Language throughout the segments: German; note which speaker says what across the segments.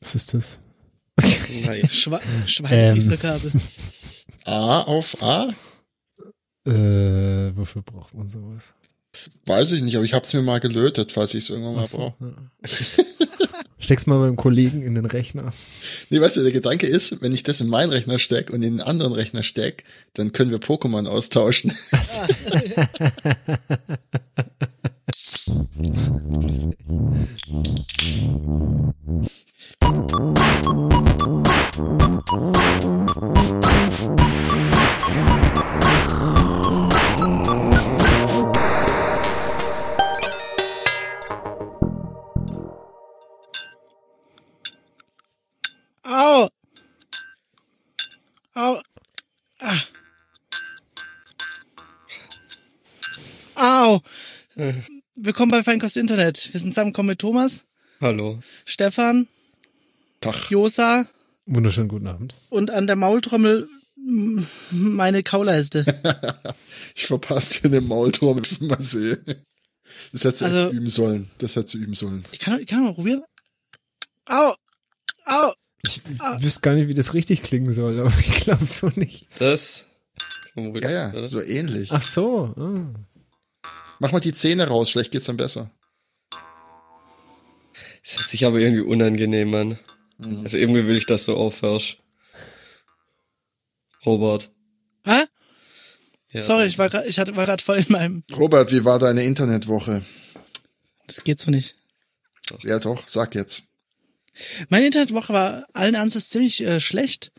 Speaker 1: Was ist das?
Speaker 2: Naja.
Speaker 3: Schwe
Speaker 1: Ähm.
Speaker 3: Schweineisterkabel.
Speaker 2: A auf A?
Speaker 1: Äh, wofür braucht man sowas?
Speaker 2: Weiß ich nicht, aber ich hab's mir mal gelötet, falls ich es irgendwann mal
Speaker 1: Ach so,
Speaker 2: brauche.
Speaker 1: ja. Steck's mal beim Kollegen in den Rechner.
Speaker 2: Nee, weißt du, der Gedanke ist, wenn ich das in meinen Rechner steck und in den anderen Rechner steck, dann können wir Pokémon austauschen.
Speaker 3: Au! Au! Ah. Au! Willkommen bei Feinkost Internet. Wir sind zusammengekommen mit Thomas,
Speaker 4: Hallo.
Speaker 3: Stefan,
Speaker 2: Tach.
Speaker 3: Josa
Speaker 1: Wunderschönen guten Abend.
Speaker 3: und an der Maultrommel m- meine Kauleiste.
Speaker 2: Ich verpasse dir den Maulturm, das mal sehe. Das hättest du
Speaker 3: Also-
Speaker 2: echt üben sollen. Das hättest du üben sollen.
Speaker 3: Ich kann, ich kann mal probieren. Au! Au!
Speaker 1: Ich wüsste gar nicht, wie das richtig klingen soll, aber ich glaube so nicht.
Speaker 4: Das. Schon gut,
Speaker 2: Ja, ja,
Speaker 4: oder?
Speaker 2: so ähnlich.
Speaker 1: Ach so. Ah.
Speaker 2: Mach mal die Zähne raus, vielleicht geht's dann besser.
Speaker 4: Das hört sich aber irgendwie unangenehm an.
Speaker 1: Mhm.
Speaker 4: Also irgendwie will ich, dass du aufhörst. Robert.
Speaker 3: Hä?
Speaker 4: Ja.
Speaker 3: Sorry, ich war gerade, ich hatte- war gerade voll in meinem.
Speaker 2: Robert, wie war deine Internetwoche?
Speaker 3: Das geht so nicht.
Speaker 2: Ja doch, sag jetzt.
Speaker 3: Meine Internetwoche war allen Ernstes ziemlich äh, schlecht.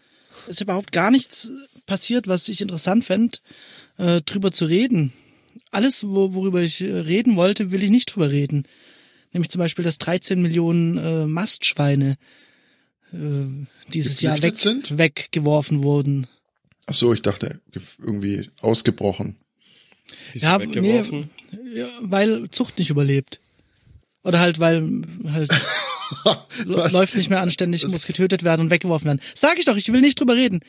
Speaker 3: Ist überhaupt gar nichts passiert, was ich interessant fände, äh, drüber zu reden. Alles, wo, worüber ich äh, reden wollte, will ich nicht drüber reden. Nämlich zum Beispiel, dass 13 Millionen äh, Mastschweine äh, dieses Jahr weg,
Speaker 2: Geflüchtet sind?
Speaker 3: weggeworfen wurden.
Speaker 2: Ach so, ich dachte, gef- irgendwie ausgebrochen.
Speaker 4: Die sind
Speaker 3: Ja,
Speaker 4: weggeworfen.
Speaker 3: Ja, weil Zucht nicht überlebt. Oder halt, weil halt l- läuft nicht mehr anständig, muss getötet werden und weggeworfen werden. Sag ich doch, ich will nicht drüber reden.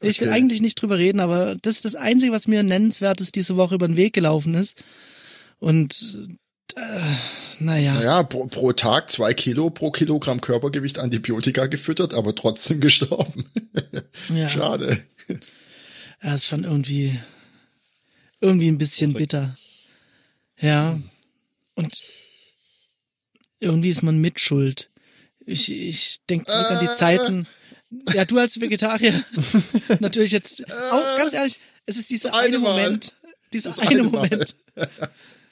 Speaker 3: Ich will
Speaker 2: Okay.
Speaker 3: eigentlich nicht drüber reden, aber das ist das Einzige, was mir nennenswertes diese Woche über den Weg gelaufen ist. Und äh, naja.
Speaker 2: Naja, pro, pro Tag zwei Kilo pro Kilogramm Körpergewicht Antibiotika gefüttert, aber trotzdem gestorben.
Speaker 3: Ja, ja,
Speaker 2: Schade.
Speaker 3: ist schon irgendwie irgendwie ein bisschen bitter. Ja. Und irgendwie ist man mitschuld. Ich, ich denke zurück an die Zeiten. Ja, du als Vegetarier. natürlich jetzt. Auch ganz ehrlich, es ist dieser eine
Speaker 2: eine Mal.
Speaker 3: Moment. Dieses
Speaker 2: eine
Speaker 3: eine
Speaker 2: Mal.
Speaker 3: Moment.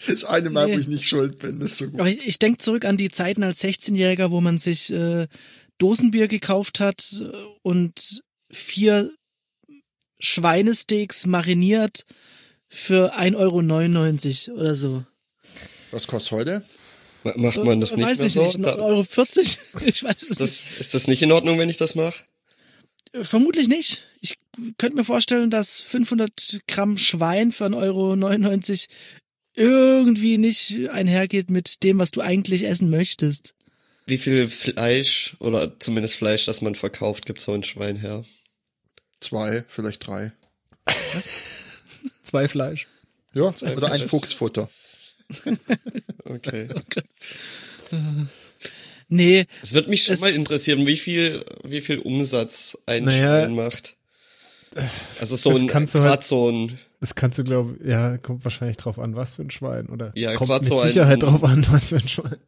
Speaker 2: Das eine Mal,
Speaker 3: Nee.
Speaker 2: wo ich nicht schuld bin, ist so gut.
Speaker 3: Aber ich, ich denke zurück an die Zeiten als 16-Jähriger, wo man sich äh, Dosenbier gekauft hat äh, und vier Schweinesteaks mariniert für 1,99 Euro oder so. Äh,
Speaker 2: Was kostet heute?
Speaker 4: Ma- Macht man das nicht
Speaker 3: weiß
Speaker 4: mehr
Speaker 3: ich
Speaker 4: so?
Speaker 3: nicht,
Speaker 4: Da-
Speaker 3: 1,40 Euro? 40? Ich weiß es
Speaker 4: ist, das, ist das nicht in Ordnung, wenn ich das mache?
Speaker 3: nicht. Vermutlich nicht. Ich könnte mir vorstellen, dass 500 Gramm Schwein für 1,99 Euro irgendwie nicht einhergeht mit dem, was du eigentlich essen möchtest.
Speaker 4: Wie viel Fleisch oder zumindest Fleisch, das man verkauft, gibt so ein Schwein her?
Speaker 2: Zwei, vielleicht drei.
Speaker 1: Zwei Fleisch.
Speaker 2: Ja, oder ein Fuchsfutter.
Speaker 4: Okay.
Speaker 3: Nee,
Speaker 4: Es wird mich schon
Speaker 3: Es-
Speaker 4: mal interessieren, wie viel, wie viel Umsatz ein
Speaker 1: Naja,
Speaker 4: Schwein macht. Also so
Speaker 1: das
Speaker 4: ein
Speaker 1: kannst du halt-
Speaker 4: grad so ein
Speaker 1: Das kannst du glaube ja, kommt wahrscheinlich drauf an, was für ein Schwein, oder?
Speaker 4: Ja,
Speaker 1: kommt
Speaker 4: grad
Speaker 1: mit
Speaker 4: so ein-
Speaker 1: Sicherheit drauf an, was für ein Schwein.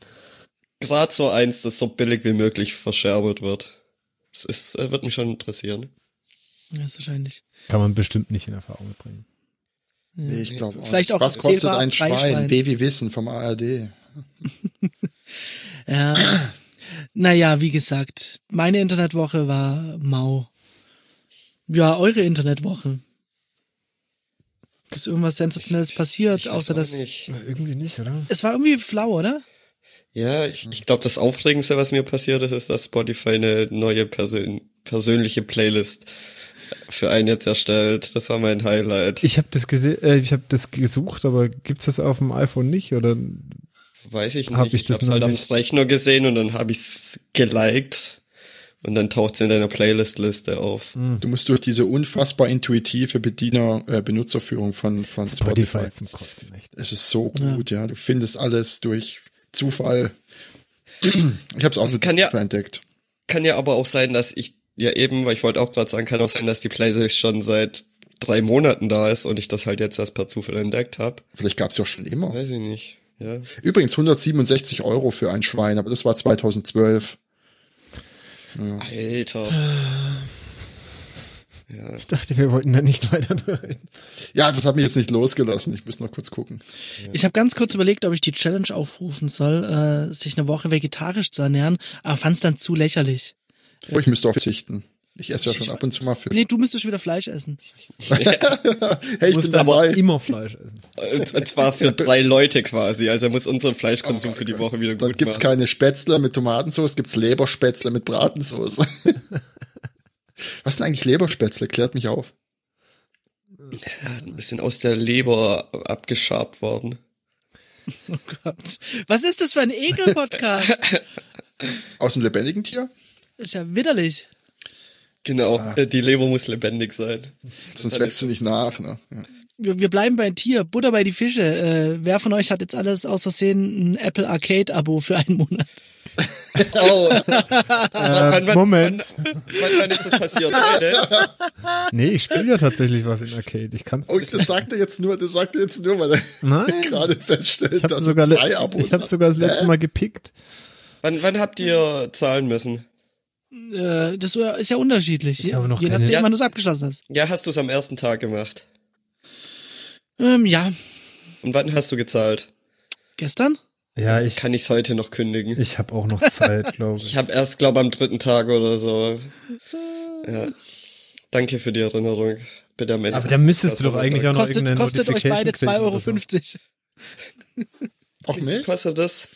Speaker 4: grad so eins, das so billig wie möglich verscherbelt wird. Es ist, äh, wird mich schon interessieren.
Speaker 3: Ja, ist wahrscheinlich.
Speaker 1: Kann man bestimmt nicht in Erfahrung bringen.
Speaker 2: Nee, ich glaube auch.
Speaker 3: Vielleicht
Speaker 2: nicht.
Speaker 3: auch
Speaker 2: Was kostet
Speaker 3: zählbar
Speaker 2: ein
Speaker 3: drei
Speaker 2: Schwein?
Speaker 3: Schweine.
Speaker 2: Baby Wissen vom ARD.
Speaker 3: Ja. naja, wie gesagt, meine Internetwoche war mau. Ja, eure Internetwoche. Ist irgendwas Sensationelles passiert,
Speaker 4: Ich weiß
Speaker 3: außer
Speaker 4: auch
Speaker 3: dass.
Speaker 4: nicht.
Speaker 1: Irgendwie nicht, oder?
Speaker 3: Es war irgendwie flau, oder?
Speaker 4: Ja, ich, ich glaube, das Aufregendste, was mir passiert ist, ist, dass Spotify eine neue Persön persönliche Playlist äh, für einen jetzt erstellt. Das war mein Highlight.
Speaker 1: Ich habe das gese äh, ich habe das gesucht, aber gibt's das auf dem iPhone nicht oder
Speaker 4: Weiß ich nicht.
Speaker 1: Hab ich
Speaker 4: ich
Speaker 1: das
Speaker 4: hab's halt
Speaker 1: noch
Speaker 4: am
Speaker 1: nicht.
Speaker 4: Rechner gesehen und dann habe ich's geliked und dann taucht's in deiner Playlist-Liste auf.
Speaker 1: Hm.
Speaker 2: Du musst durch diese unfassbar intuitive Bediener, äh, Benutzerführung von, von Spotify.
Speaker 1: Spotify ist zum Kotzen echt.
Speaker 2: Es ist so gut, ja. Du findest alles durch Zufall. Ich habe es auch mit
Speaker 4: kann ja-
Speaker 2: Zufall entdeckt.
Speaker 4: kann ja aber auch sein, dass ich ja eben, weil ich wollte auch gerade sagen, kann auch sein, dass die Playlist schon seit drei Monaten da ist und ich das halt jetzt erst per Zufall entdeckt habe.
Speaker 2: Vielleicht gab's ja schon immer.
Speaker 4: Weiß ich nicht. Ja.
Speaker 2: Übrigens 167 Euro für ein Schwein, aber das war 2012.
Speaker 4: Alter. Ja.
Speaker 1: Ich dachte, wir wollten da nicht weiter rein.
Speaker 2: Ja, das hat mich jetzt nicht losgelassen. Ich muss noch kurz gucken.
Speaker 3: Ich habe ganz kurz überlegt, ob ich die Challenge aufrufen soll, äh, sich eine Woche vegetarisch zu ernähren, aber fand es dann zu lächerlich.
Speaker 2: Oh, ich müsste auf verzichten. Ich esse ja schon ab und zu mal Fisch.
Speaker 3: Nee, du müsstest wieder Fleisch essen.
Speaker 2: hey, ich
Speaker 1: Musst
Speaker 2: bin
Speaker 1: aber
Speaker 2: dabei.
Speaker 1: immer Fleisch essen.
Speaker 4: Und, und zwar für drei Leute quasi. Also er muss unseren Fleischkonsum für die Woche wieder
Speaker 2: Dann
Speaker 4: gut
Speaker 2: gibt's
Speaker 4: machen.
Speaker 2: keine Spätzle mit Tomatensauce, gibt's Leberspätzle mit Bratensauce. Was sind eigentlich Leberspätzle? Klärt mich auf.
Speaker 4: Ja, ein bisschen aus der Leber abgeschabt worden.
Speaker 3: Oh Gott. Was ist das für ein Ekel-Podcast?
Speaker 2: Aus dem lebendigen Tier?
Speaker 3: ist ja widerlich.
Speaker 4: Genau,
Speaker 2: Ah.
Speaker 4: äh, die Leber muss lebendig sein.
Speaker 2: Sonst wächst du nicht nach. Ne? Ja.
Speaker 3: Wir, wir bleiben bei Tier, Butter bei die Fische. Äh, wer von euch hat jetzt alles aus Versehen ein Apple Arcade-Abo für einen Monat?
Speaker 4: Oh,
Speaker 1: Äh, Moment.
Speaker 4: Wann, wann, wann ist das passiert? Heute?
Speaker 1: Nee, ich spiele ja tatsächlich was in Arcade. Ich kann's
Speaker 2: Oh, das sagt er jetzt nur, das sagt er jetzt nur, weil er
Speaker 1: Nein.
Speaker 2: gerade
Speaker 1: Ich
Speaker 2: feststellt,
Speaker 1: habe
Speaker 2: dass
Speaker 1: sogar,
Speaker 2: er
Speaker 1: le-
Speaker 2: zwei Abos
Speaker 1: ich hab
Speaker 2: hat.
Speaker 1: sogar das letzte Mal gepickt.
Speaker 4: Wann, wann habt ihr zahlen müssen?
Speaker 3: Äh, das ist ja unterschiedlich.
Speaker 1: Ich habe noch
Speaker 3: Je
Speaker 1: keine-
Speaker 3: nachdem,
Speaker 4: Ja.
Speaker 3: wann du es abgeschlossen hast.
Speaker 4: Ja, hast du es am ersten Tag gemacht.
Speaker 3: Ähm, ja,
Speaker 4: Und wann hast du gezahlt?
Speaker 3: gestern?
Speaker 1: Ja, ich,
Speaker 4: Kann ich es heute noch kündigen?
Speaker 1: ich habe auch noch Zeit, glaube
Speaker 4: Ich
Speaker 1: ich.
Speaker 4: habe erst, glaube am dritten Tag oder so. Ja. Danke für die Erinnerung. Bitte am Ende.
Speaker 1: Aber da müsstest du doch eigentlich auch noch
Speaker 3: Kostet,
Speaker 1: irgendeine
Speaker 3: kostet euch
Speaker 1: Notification
Speaker 3: beide
Speaker 1: kriegen
Speaker 3: 2,50 Euro.
Speaker 1: oder so.
Speaker 3: 2,50
Speaker 2: Auch nicht?
Speaker 4: Kostet das?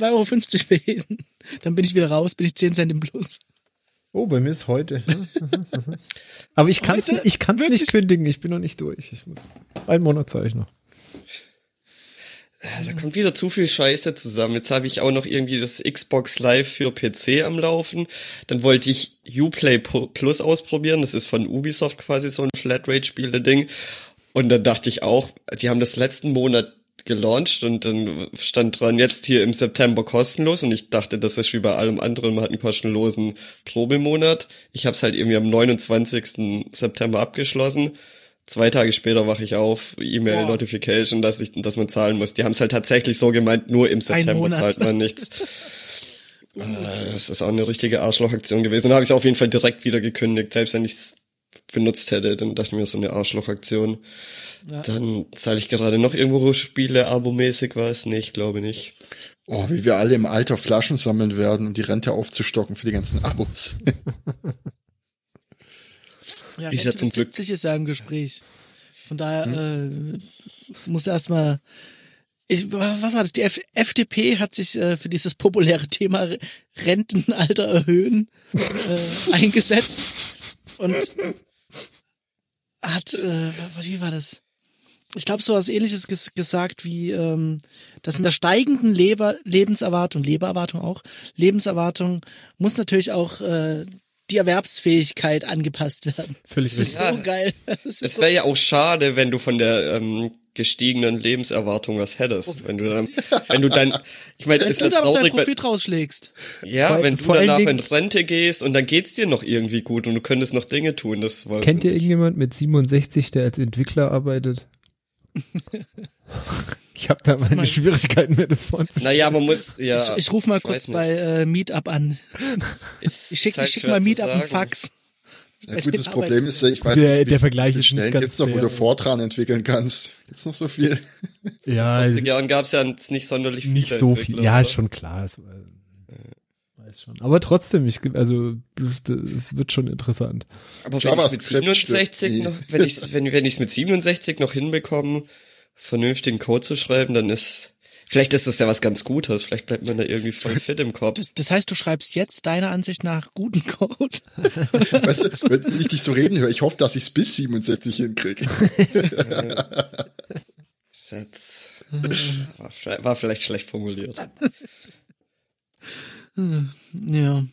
Speaker 3: Euro für jeden. Dann bin ich wieder raus, bin ich 10 Cent im Plus.
Speaker 1: Oh, bei mir ist heute. Aber ich kann's
Speaker 3: Heute?
Speaker 1: nicht, ich kann's nicht kündigen. Ich bin noch nicht durch. Ich muss einen Monat zahle ich noch.
Speaker 4: Ja, da kommt wieder zu viel Scheiße zusammen. Jetzt habe ich auch noch irgendwie das Xbox Live für PC am Laufen. Dann wollte ich Uplay Pu- Plus ausprobieren. Das ist von Ubisoft quasi so ein Flatrate-Spiele-Ding. Und dann dachte ich auch, die haben das letzten Monat gelauncht und dann stand dran jetzt hier im September kostenlos und ich dachte, das ist wie bei allem anderen, man hat einen kostenlosen Probemonat. Ich habe es halt irgendwie am 29. September abgeschlossen. Zwei Tage später wache ich auf, E-Mail,
Speaker 3: Boah.
Speaker 4: Notification, dass ich, dass man zahlen muss. Die haben es halt tatsächlich so gemeint, nur im September
Speaker 3: Monat.
Speaker 4: zahlt man nichts. Äh, Das ist auch eine richtige Arschlochaktion gewesen. Dann habe ich es auf jeden Fall direkt wieder gekündigt, selbst wenn ich es benutzt hätte. Dann dachte ich mir, so eine Arschlochaktion. Dann zahle ich gerade noch irgendwo Spiele, abomäßig was. Nee, ich glaube nicht.
Speaker 2: Oh, wie wir alle im Alter Flaschen sammeln werden, um die Rente aufzustocken für die ganzen Abos.
Speaker 3: Ja,
Speaker 4: Ist ja
Speaker 3: Rente
Speaker 4: zum
Speaker 3: mit
Speaker 4: Glück- Hm?
Speaker 3: 70 ist ja im Gespräch. Von daher äh, muss erstmal. Ich, wa- was war das? Die F FDP hat sich äh, für dieses populäre Thema Re- Rentenalter erhöhen äh, eingesetzt und hat, äh, wa- wie war das? Ich glaube, sowas ähnliches ges gesagt wie, ähm, dass in der steigenden Leber Lebenserwartung, Lebererwartung auch, Lebenserwartung muss natürlich auch äh, die Erwerbsfähigkeit angepasst werden.
Speaker 1: Völlig
Speaker 3: Das ist
Speaker 1: richtig.
Speaker 4: Ja.
Speaker 3: so geil. Das ist
Speaker 4: Es
Speaker 3: so-
Speaker 4: wäre ja auch schade, wenn du von der ähm, gestiegenen Lebenserwartung was hättest. Wenn du dann, wenn du dann, ich meine,
Speaker 3: wenn
Speaker 4: es
Speaker 3: du
Speaker 4: wäre
Speaker 3: da noch dein
Speaker 4: traurig, wenn,
Speaker 3: Profit rausschlägst.
Speaker 4: ja,
Speaker 1: Vor-
Speaker 4: wenn du
Speaker 1: vor allen
Speaker 4: danach
Speaker 1: Dingen-
Speaker 4: in Rente gehst und dann geht's dir noch irgendwie gut und du könntest noch Dinge tun. Das wollen
Speaker 1: Kennt
Speaker 4: wir
Speaker 1: ihr
Speaker 4: nicht.
Speaker 1: irgendjemand mit 67, der als Entwickler arbeitet? ich habe da meine Schwierigkeiten, mir das vorzustellen.
Speaker 4: Naja, man muss, ja.
Speaker 3: ich ich rufe mal
Speaker 4: ich
Speaker 3: kurz
Speaker 4: weiß nicht.
Speaker 3: bei äh, Meetup an.
Speaker 4: Ist-
Speaker 3: Ich schicke
Speaker 4: ist halt
Speaker 3: schick
Speaker 4: schwer
Speaker 3: mal
Speaker 4: zu
Speaker 3: Meetup einen
Speaker 4: sagen.
Speaker 3: Fax.
Speaker 2: Ja, gut, das Problem ist, ja, ich weiß
Speaker 1: Der-
Speaker 2: nicht, wie
Speaker 1: der Vergleich ist
Speaker 2: schnell
Speaker 1: nicht ganz
Speaker 2: gibt's noch, wo
Speaker 1: fair.
Speaker 2: du Fortran entwickeln kannst. Gibt's noch so viel?
Speaker 1: Ja,
Speaker 4: In
Speaker 3: Also
Speaker 1: es
Speaker 4: 40 Jahren gab's ja nicht sonderlich viele
Speaker 1: nicht so viel.
Speaker 4: Entwickler,
Speaker 1: Ja,
Speaker 4: oder?
Speaker 1: ist schon klar. Es, äh, weiß schon. Aber trotzdem, ich, also es es wird schon interessant.
Speaker 4: Aber wenn ich
Speaker 2: JavaScript
Speaker 4: mit 67
Speaker 2: stirbt
Speaker 4: noch,
Speaker 2: nie.
Speaker 4: wenn ich wenn, wenn ich's mit 67 noch hinbekomme, vernünftigen Code zu schreiben, dann ist vielleicht ist das ja was ganz Gutes, vielleicht bleibt man da irgendwie voll fit im Kopf.
Speaker 3: Das, das heißt, du schreibst jetzt deiner Ansicht nach guten Code.
Speaker 2: Weißt du, wenn wenn ich dich so reden höre, ich hoffe, dass ich's bis 67 hinkriege.
Speaker 4: Satz. War, vielleicht- war vielleicht schlecht formuliert.
Speaker 3: ja.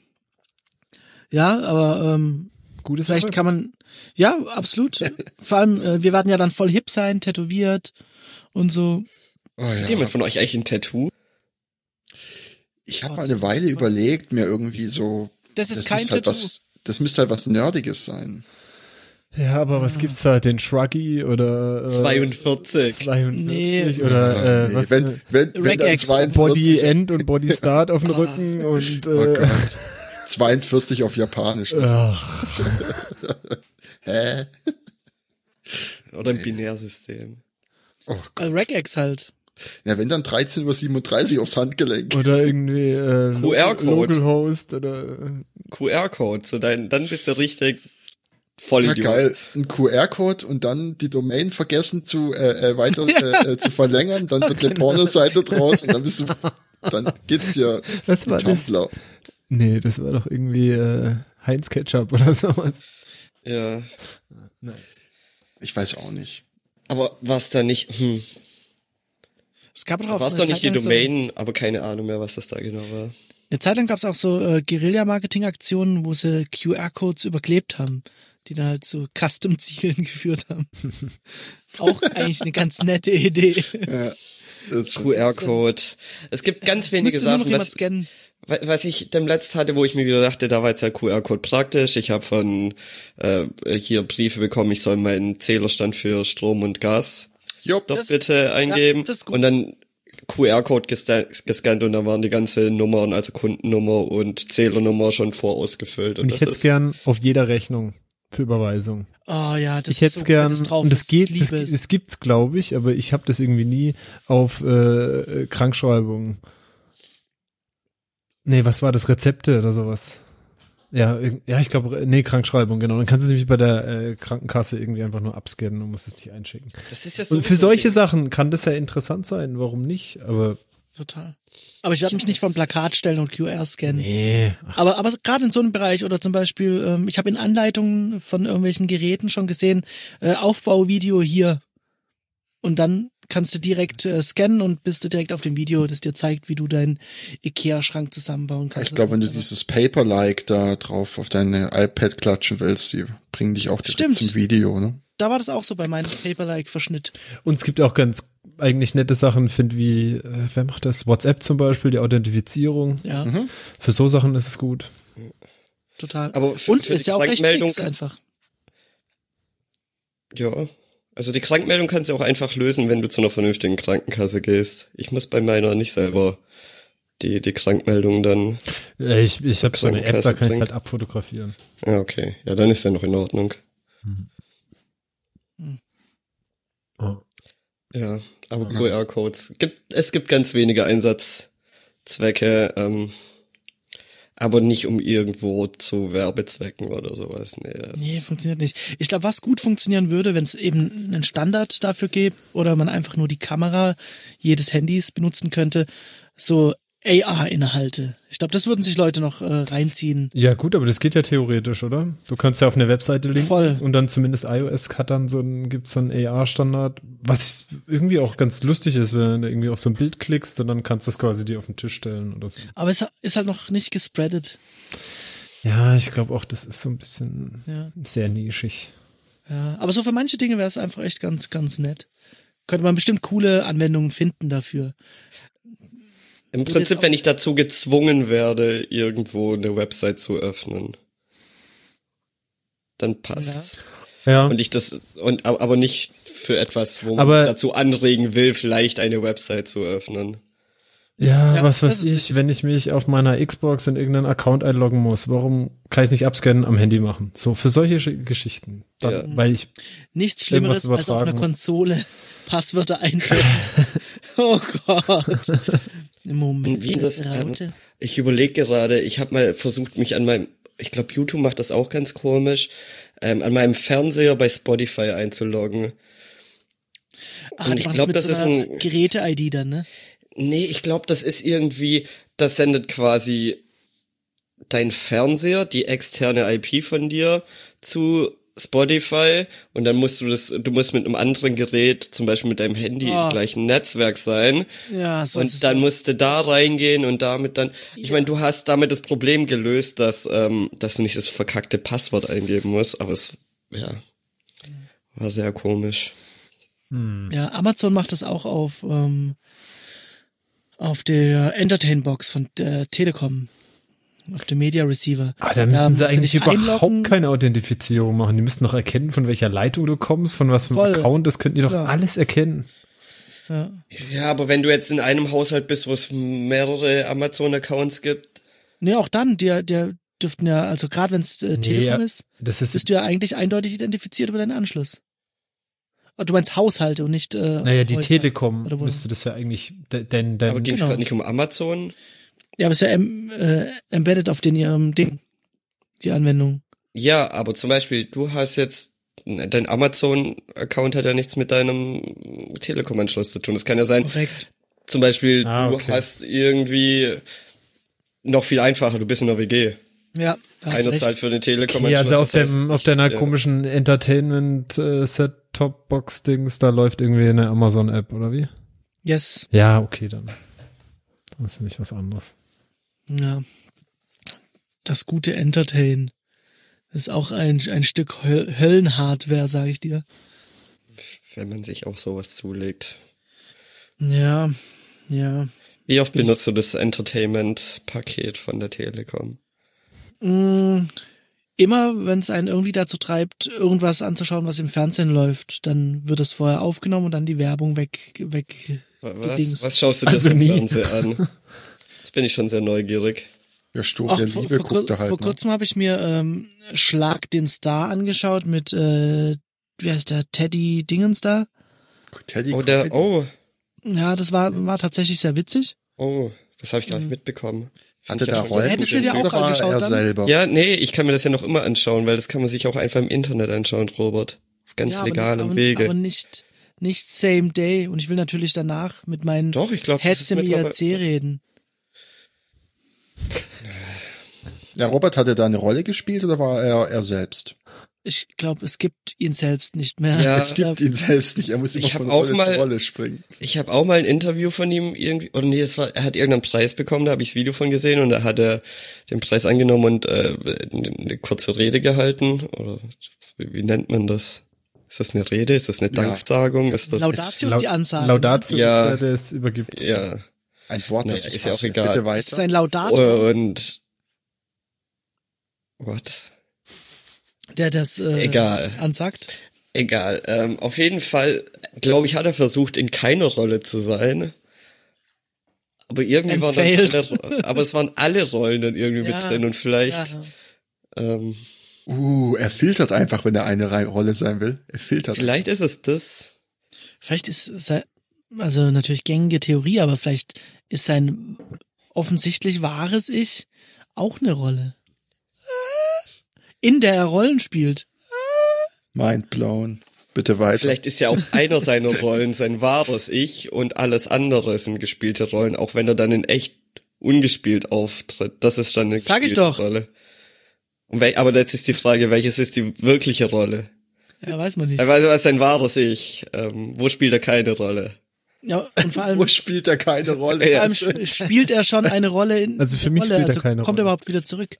Speaker 3: Ja, aber ähm,
Speaker 1: Gutes
Speaker 3: vielleicht kann man. Ja, absolut. Vor allem, äh, wir werden ja dann voll hip sein, tätowiert und so.
Speaker 2: Oh, ja.
Speaker 4: Hat jemand von euch eigentlich ein Tattoo?
Speaker 2: Ich habe mal eine Weile überlegt, mir irgendwie so
Speaker 3: Das ist kein
Speaker 2: müsste halt
Speaker 3: Tattoo.
Speaker 2: was, Das müsste halt was Nerdiges sein.
Speaker 1: Ja, aber was gibt's da? Den Shruggy oder äh,
Speaker 4: 42.
Speaker 1: 42
Speaker 3: Nee.
Speaker 1: oder äh,
Speaker 2: Nee,
Speaker 1: was?
Speaker 2: wenn, wenn, wenn dann
Speaker 3: Regex.
Speaker 2: 42,
Speaker 1: Body End und Body Start auf dem Rücken und
Speaker 2: oh
Speaker 1: äh,
Speaker 2: Gott, 42 auf Japanisch. Also,
Speaker 1: ach,
Speaker 2: hä?
Speaker 4: Oder ein Binärsystem.
Speaker 2: Oh Gott.
Speaker 3: Äh, Regex halt.
Speaker 2: Ja, wenn dann 13.37 Uhr aufs Handgelenk.
Speaker 1: oder irgendwie äh, Lo-
Speaker 4: QR-Code.
Speaker 1: Localhost oder äh,
Speaker 4: QR-Code, so dein, dann bist du richtig Vollidiot.
Speaker 2: Ja, geil. Ein QR-Code und dann die Domain vergessen zu äh, äh, weiter äh, äh, zu verlängern, dann wird eine
Speaker 3: Genau.
Speaker 2: Pornoseite draus und dann bist du, dann geht's dir
Speaker 1: Das war
Speaker 2: in
Speaker 1: das-
Speaker 2: Tumblr.
Speaker 1: nee, das war doch irgendwie äh, Heinz Ketchup oder sowas.
Speaker 4: Ja.
Speaker 2: Ich weiß auch nicht.
Speaker 4: Aber war's da nicht, hm,
Speaker 3: Es gab doch auch
Speaker 4: war's
Speaker 3: eine
Speaker 4: doch
Speaker 3: Zeit
Speaker 4: nicht die
Speaker 3: lang
Speaker 4: Domain, aber keine Ahnung mehr, was das da genau war.
Speaker 3: So, eine Zeit lang gab es auch so äh, Guerilla-Marketing-Aktionen, wo sie QR-Codes überklebt haben, die dann halt zu Custom-Zielen geführt haben. auch eigentlich eine ganz nette Idee.
Speaker 2: Das ist schon-
Speaker 4: QR-Code. Es gibt ganz wenige
Speaker 3: Äh, Müsste nur noch
Speaker 4: Sachen,
Speaker 3: jemand
Speaker 4: was,
Speaker 3: scannen.
Speaker 4: Wa- Was ich dem letzt hatte, wo ich mir wieder dachte, da war jetzt der QR-Code praktisch. Ich habe von äh, hier Briefe bekommen, ich soll meinen Zählerstand für Strom und Gas
Speaker 2: Jupp.
Speaker 4: doch
Speaker 3: Das-
Speaker 4: bitte eingeben.
Speaker 3: das ist gut.
Speaker 4: und dann QR-Code gesta- gescannt und da waren die ganze Nummern, also Kundennummer und Zählernummer schon vorausgefüllt.
Speaker 1: Und ich hätte
Speaker 4: ist-
Speaker 1: gern auf jeder Rechnung für Überweisung.
Speaker 3: Oh ja, das
Speaker 1: ich
Speaker 3: ist
Speaker 1: hätte
Speaker 3: so,
Speaker 1: es
Speaker 3: wenn
Speaker 1: gern,
Speaker 3: das drauf
Speaker 1: und das
Speaker 3: ist.
Speaker 1: geht,
Speaker 3: Ich
Speaker 1: das,
Speaker 3: liebe es.
Speaker 1: das gibt's glaube ich, aber ich habe das irgendwie nie auf äh, äh, Krankschreibungen. Nee, was war das? Rezepte oder sowas? Ja, irg- ja, ich glaube, nee, Krankschreibung, genau. Dann kannst du es nämlich bei der äh, Krankenkasse irgendwie einfach nur abscannen und musst es nicht einschicken.
Speaker 4: Das ist ja so
Speaker 1: Und für solche Sachen kann das ja interessant sein, warum nicht? Aber
Speaker 3: Total. Aber ich werde mich nicht vom Plakat stellen und QR scannen.
Speaker 1: nee.
Speaker 3: Aber, aber gerade in so einem Bereich oder zum Beispiel, ähm, ich habe in Anleitungen von irgendwelchen Geräten schon gesehen, äh, Aufbauvideo hier. Und dann kannst du direkt äh, scannen und bist du direkt auf dem Video, das dir zeigt, wie du deinen Ikea-Schrank zusammenbauen kannst.
Speaker 2: Ich glaube, wenn du dieses Paper-like da drauf auf deine iPad klatschen willst, die bringen dich auch direkt
Speaker 3: Stimmt.
Speaker 2: zum Video, ne?
Speaker 3: Da war das auch so bei meinem Paper-like-Verschnitt.
Speaker 1: Und es gibt auch ganz eigentlich nette Sachen, finde wie, äh, wer macht das? WhatsApp zum Beispiel, die Authentifizierung.
Speaker 3: Ja,
Speaker 1: Für so Sachen ist es gut.
Speaker 3: total.
Speaker 4: Aber für-
Speaker 3: und
Speaker 4: für
Speaker 3: ist
Speaker 4: die
Speaker 3: ja auch recht
Speaker 4: Krankmeldung-
Speaker 3: fix einfach.
Speaker 4: Ja. Also die Krankmeldung kannst du auch einfach lösen, wenn du zu einer vernünftigen Krankenkasse gehst. Ich muss bei meiner nicht selber die, die Krankmeldung dann
Speaker 1: Äh, Ich, ich habe so eine App, da
Speaker 4: Krankenkasse
Speaker 1: kann ich
Speaker 4: bringt.
Speaker 1: halt abfotografieren.
Speaker 4: Ja, okay. Ja, dann ist ja noch in Ordnung.
Speaker 1: Oh.
Speaker 4: Ja, aber QR-Codes. Gibt, es gibt ganz wenige Einsatzzwecke, ähm, aber nicht um irgendwo zu Werbezwecken oder sowas. Nee, das,
Speaker 3: Nee, funktioniert nicht. Ich glaube, was gut funktionieren würde, wenn es eben einen Standard dafür gäbe oder man einfach nur die Kamera jedes Handys benutzen könnte, so AR-Inhalte. Ich glaube, das würden sich Leute noch äh, reinziehen.
Speaker 1: Ja gut, aber das geht ja theoretisch, oder? Du kannst ja auf eine Webseite linken
Speaker 3: Voll.
Speaker 1: und dann zumindest iOS hat dann so ein, gibt's so einen AR-Standard, was irgendwie auch ganz lustig ist, wenn du dann irgendwie auf so ein Bild klickst und dann kannst du es quasi dir auf den Tisch stellen oder so.
Speaker 3: Aber es ist halt noch nicht gespreadet.
Speaker 1: Ja, ich glaube auch, das ist so ein bisschen
Speaker 3: Ja.
Speaker 1: sehr nischig.
Speaker 3: Ja. Aber so für manche Dinge wäre es einfach echt ganz, ganz nett. Könnte man bestimmt coole Anwendungen finden dafür.
Speaker 4: Im Prinzip, wenn ich dazu gezwungen werde, irgendwo eine Website zu öffnen, dann passt's.
Speaker 1: Ja.
Speaker 4: Und ich das, und, ab- aber nicht für etwas, wo man
Speaker 1: Aber-
Speaker 4: dazu anregen will, vielleicht eine Website zu öffnen.
Speaker 1: Ja,
Speaker 3: Ja,
Speaker 1: was
Speaker 3: das
Speaker 1: weiß
Speaker 3: ist
Speaker 1: ich, wenn ich mich auf meiner Xbox in irgendeinen Account einloggen muss, warum kann ich es nicht abscannen am Handy machen? So, für solche Sch- Geschichten. Dann,
Speaker 4: Ja.
Speaker 1: Weil ich,
Speaker 3: Nichts Schlimmeres
Speaker 1: Irgendwas
Speaker 3: als auf einer
Speaker 1: übertragen.
Speaker 3: Konsole Passwörter eintippen. oh Gott. Moment. äh,
Speaker 4: Wie das,
Speaker 3: Raute.
Speaker 4: ähm, ich überlege gerade, ich habe mal versucht, mich an meinem, ich glaube, YouTube macht das auch ganz komisch, ähm, an meinem Fernseher bei Spotify einzuloggen.
Speaker 3: Ah,
Speaker 4: Und
Speaker 3: die
Speaker 4: ich
Speaker 3: machen
Speaker 4: glaub,
Speaker 3: mit
Speaker 4: das
Speaker 3: so
Speaker 4: ist
Speaker 3: einer
Speaker 4: ein-
Speaker 3: Geräte-ID dann, ne?
Speaker 4: Nee, ich glaube, das ist irgendwie, das sendet quasi dein Fernseher, die externe IP von dir zu Spotify und dann musst du das, du musst mit einem anderen Gerät, zum Beispiel mit deinem Handy
Speaker 3: Ah.
Speaker 4: im gleichen Netzwerk sein
Speaker 3: Ja, so ist es
Speaker 4: und dann
Speaker 3: auch.
Speaker 4: musst du da reingehen und damit dann. Ich meine, du hast damit das Problem gelöst, dass, ähm, dass du nicht das verkackte Passwort eingeben musst, aber es ja, war sehr komisch.
Speaker 3: Ja, Amazon macht das auch auf, ähm, auf der Entertain-Box von der Telekom. auf dem Media Receiver.
Speaker 1: Ah, da müssen sie
Speaker 3: musst du
Speaker 1: eigentlich
Speaker 3: dich
Speaker 1: überhaupt
Speaker 3: einloggen.
Speaker 1: keine Authentifizierung machen. Die müssen doch erkennen, von welcher Leitung du kommst, von was für einem
Speaker 3: Voll.
Speaker 1: Account, das könnten die doch
Speaker 3: Ja.
Speaker 1: alles erkennen.
Speaker 3: Ja.
Speaker 4: Ja, aber wenn du jetzt in einem Haushalt bist, wo es mehrere Amazon-Accounts gibt,
Speaker 3: Nee, auch dann, der, der dürften ja, also gerade wenn es äh, Telekom
Speaker 1: ja,
Speaker 3: ist,
Speaker 1: Das ist,
Speaker 3: bist du ja eigentlich eindeutig identifiziert über deinen Anschluss. Oh, Du meinst Haushalte und nicht. Äh,
Speaker 1: naja, die
Speaker 3: Häuser.
Speaker 1: Telekom
Speaker 3: Oder wo-
Speaker 1: müsste das ja eigentlich, de- dein, dein,
Speaker 4: aber ging es
Speaker 3: Genau.
Speaker 4: gerade nicht um Amazon?
Speaker 3: Ja, aber ist ja em, äh, embedded auf den ihrem Ding. Die Anwendung.
Speaker 4: Ja, aber zum Beispiel, du hast jetzt, dein Amazon-Account hat ja nichts mit deinem Telekom-Anschluss zu tun. Das kann ja sein,
Speaker 3: Korrekt.
Speaker 4: zum Beispiel,
Speaker 1: Ah,
Speaker 4: du
Speaker 1: okay.
Speaker 4: hast irgendwie noch viel einfacher, du bist in der WG.
Speaker 3: Ja, da hast du
Speaker 4: Keiner
Speaker 3: recht.
Speaker 4: zahlt für den Telekom-Anschluss.
Speaker 1: ja, also auf,
Speaker 4: das heißt,
Speaker 1: dem, auf deiner
Speaker 4: ja.
Speaker 1: komischen Entertainment-Set-Top-Box-Dings, da läuft irgendwie eine Amazon-App, oder wie?
Speaker 3: Yes.
Speaker 1: Ja, okay, dann. Das ist nämlich was anderes.
Speaker 3: Ja. Das gute Entertain ist auch ein, ein Stück Höl Höllenhardware, sage ich dir.
Speaker 4: Wenn man sich auch sowas zulegt.
Speaker 3: Ja, ja.
Speaker 4: Wie
Speaker 3: Hm.
Speaker 4: oft benutzt du das Entertainment-Paket von der Telekom?
Speaker 3: Mm, Immer, wenn es einen irgendwie dazu treibt, irgendwas anzuschauen, was im Fernsehen läuft, dann wird es vorher aufgenommen und dann die Werbung weg, weg.
Speaker 4: Was,
Speaker 3: Gedings.
Speaker 4: was schaust du dir
Speaker 1: Also
Speaker 4: so im
Speaker 1: nie.
Speaker 4: Fernsehen an? Jetzt bin ich schon sehr neugierig.
Speaker 2: Ja, Sturm
Speaker 3: Ach,
Speaker 2: der
Speaker 3: vor,
Speaker 2: Liebe
Speaker 3: vor, kur-
Speaker 2: guckt er halt.
Speaker 3: vor
Speaker 2: ne?
Speaker 3: kurzem habe ich mir ähm, Schlag den Star angeschaut mit, äh, wie heißt der, Teddy Dingens da.
Speaker 2: Teddy
Speaker 4: Oh, der, oh,
Speaker 3: Ja, das war, war tatsächlich sehr witzig.
Speaker 4: oh, das habe ich gar nicht mitbekommen. Fand
Speaker 2: hatte
Speaker 4: ich
Speaker 2: da
Speaker 4: auch
Speaker 2: Rollen.
Speaker 4: sehr
Speaker 3: Hm. Hättest du
Speaker 4: gut.
Speaker 3: dir auch
Speaker 2: oder war
Speaker 3: angeschaut
Speaker 2: er
Speaker 3: dann?
Speaker 2: selber.
Speaker 4: Ja, nee, ich kann mir das ja noch immer anschauen, weil das kann man sich auch einfach im Internet anschauen, Robert. Auf ganz
Speaker 3: ja,
Speaker 4: legalem
Speaker 3: aber,
Speaker 4: Wege.
Speaker 3: Aber nicht, nicht same day. Und ich will natürlich danach mit meinen
Speaker 4: Doch, ich glaube, das
Speaker 3: Heads
Speaker 4: ist
Speaker 3: im
Speaker 4: mittlerweile-
Speaker 3: IRC reden.
Speaker 2: Ja, Robert hatte da eine Rolle gespielt oder war er er selbst?
Speaker 3: Ich glaube, es gibt ihn selbst nicht mehr.
Speaker 4: Ja.
Speaker 2: Es gibt ihn selbst nicht. Er muss immer
Speaker 4: Äh, Ich hab
Speaker 2: von
Speaker 4: auch
Speaker 2: Rolle zu
Speaker 4: mal-
Speaker 2: Rolle springen.
Speaker 4: Ich habe auch mal ein Interview von ihm irgendwie, oder nee, das war, er hat irgendeinen Preis bekommen, da habe ich Video von gesehen und da hat er den Preis angenommen und äh, eine kurze Rede gehalten. Oder wie, wie nennt man das? Ist das eine Rede? Ist das eine
Speaker 2: Ja.
Speaker 4: Danksagung? Ist das
Speaker 3: Laudatio? Das ist die ne? Ansage.
Speaker 1: Laudatio
Speaker 4: Ja.
Speaker 1: ist der, der es übergibt.
Speaker 4: Ist, ja.
Speaker 2: Ein Wort,
Speaker 4: Naja,
Speaker 2: das ich
Speaker 4: ist ja auch
Speaker 2: hasse.
Speaker 4: egal.
Speaker 2: Bitte
Speaker 3: Es ist
Speaker 2: weiter.
Speaker 3: ein Laudator,
Speaker 4: Und what?
Speaker 3: der das äh,
Speaker 4: Egal.
Speaker 3: ansagt.
Speaker 4: Egal. Ähm, auf jeden Fall, glaube ich, hat er versucht, in keiner Rolle zu sein. Aber irgendwie
Speaker 3: And
Speaker 4: waren dann
Speaker 3: failed.
Speaker 4: alle, Ro- aber es waren alle Rollen dann irgendwie mit
Speaker 3: Ja,
Speaker 4: drin und vielleicht
Speaker 3: Ja.
Speaker 4: ähm,
Speaker 2: Uh, er filtert einfach, wenn er eine Rei- Rolle sein will. Er filtert.
Speaker 4: Vielleicht ist es das.
Speaker 3: Vielleicht ist sein, also natürlich gängige Theorie, aber vielleicht ist sein offensichtlich wahres Ich auch eine Rolle. In der er Rollen spielt.
Speaker 2: Mind blown. Bitte weiter.
Speaker 4: Vielleicht ist ja auch einer seiner Rollen sein wahres Ich und alles andere sind gespielte Rollen, auch wenn er dann in echt ungespielt auftritt. Das ist dann eine
Speaker 3: Sag ich
Speaker 4: gespielte
Speaker 3: doch.
Speaker 4: Rolle. Und wel- aber jetzt ist die Frage, welches ist die wirkliche Rolle?
Speaker 3: Ja, weiß man nicht.
Speaker 4: Also was ist sein wahres Ich? Ähm, wo spielt er keine Rolle?
Speaker 3: Ja, und vor allem,
Speaker 2: Wo spielt er keine Rolle?
Speaker 4: Ja.
Speaker 3: vor allem sp- spielt er schon eine Rolle in
Speaker 1: Also für mich
Speaker 3: Rolle,
Speaker 1: spielt er
Speaker 3: also
Speaker 1: keine
Speaker 3: kommt
Speaker 1: Rolle.
Speaker 3: er überhaupt wieder zurück.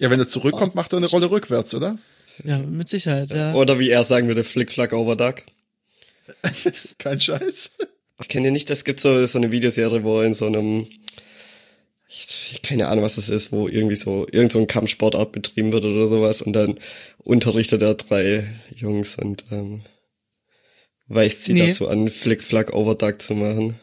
Speaker 2: Ja, wenn er zurückkommt, macht er eine Rolle rückwärts, oder?
Speaker 3: Ja, mit Sicherheit, ja.
Speaker 4: Oder wie er sagen würde, Flick, Flack, Over Duck.
Speaker 2: Kein Scheiß.
Speaker 4: Ach, kennt ihr nicht, das gibt so, so eine Videoserie, wo in so einem, ich, ich- keine Ahnung, was das ist, wo irgendwie so, irgend so ein Kampfsportart betrieben wird oder sowas und dann unterrichtet er drei Jungs und ähm, weist sie
Speaker 3: Nee.
Speaker 4: dazu an, Flick, Flack, Overduck zu machen.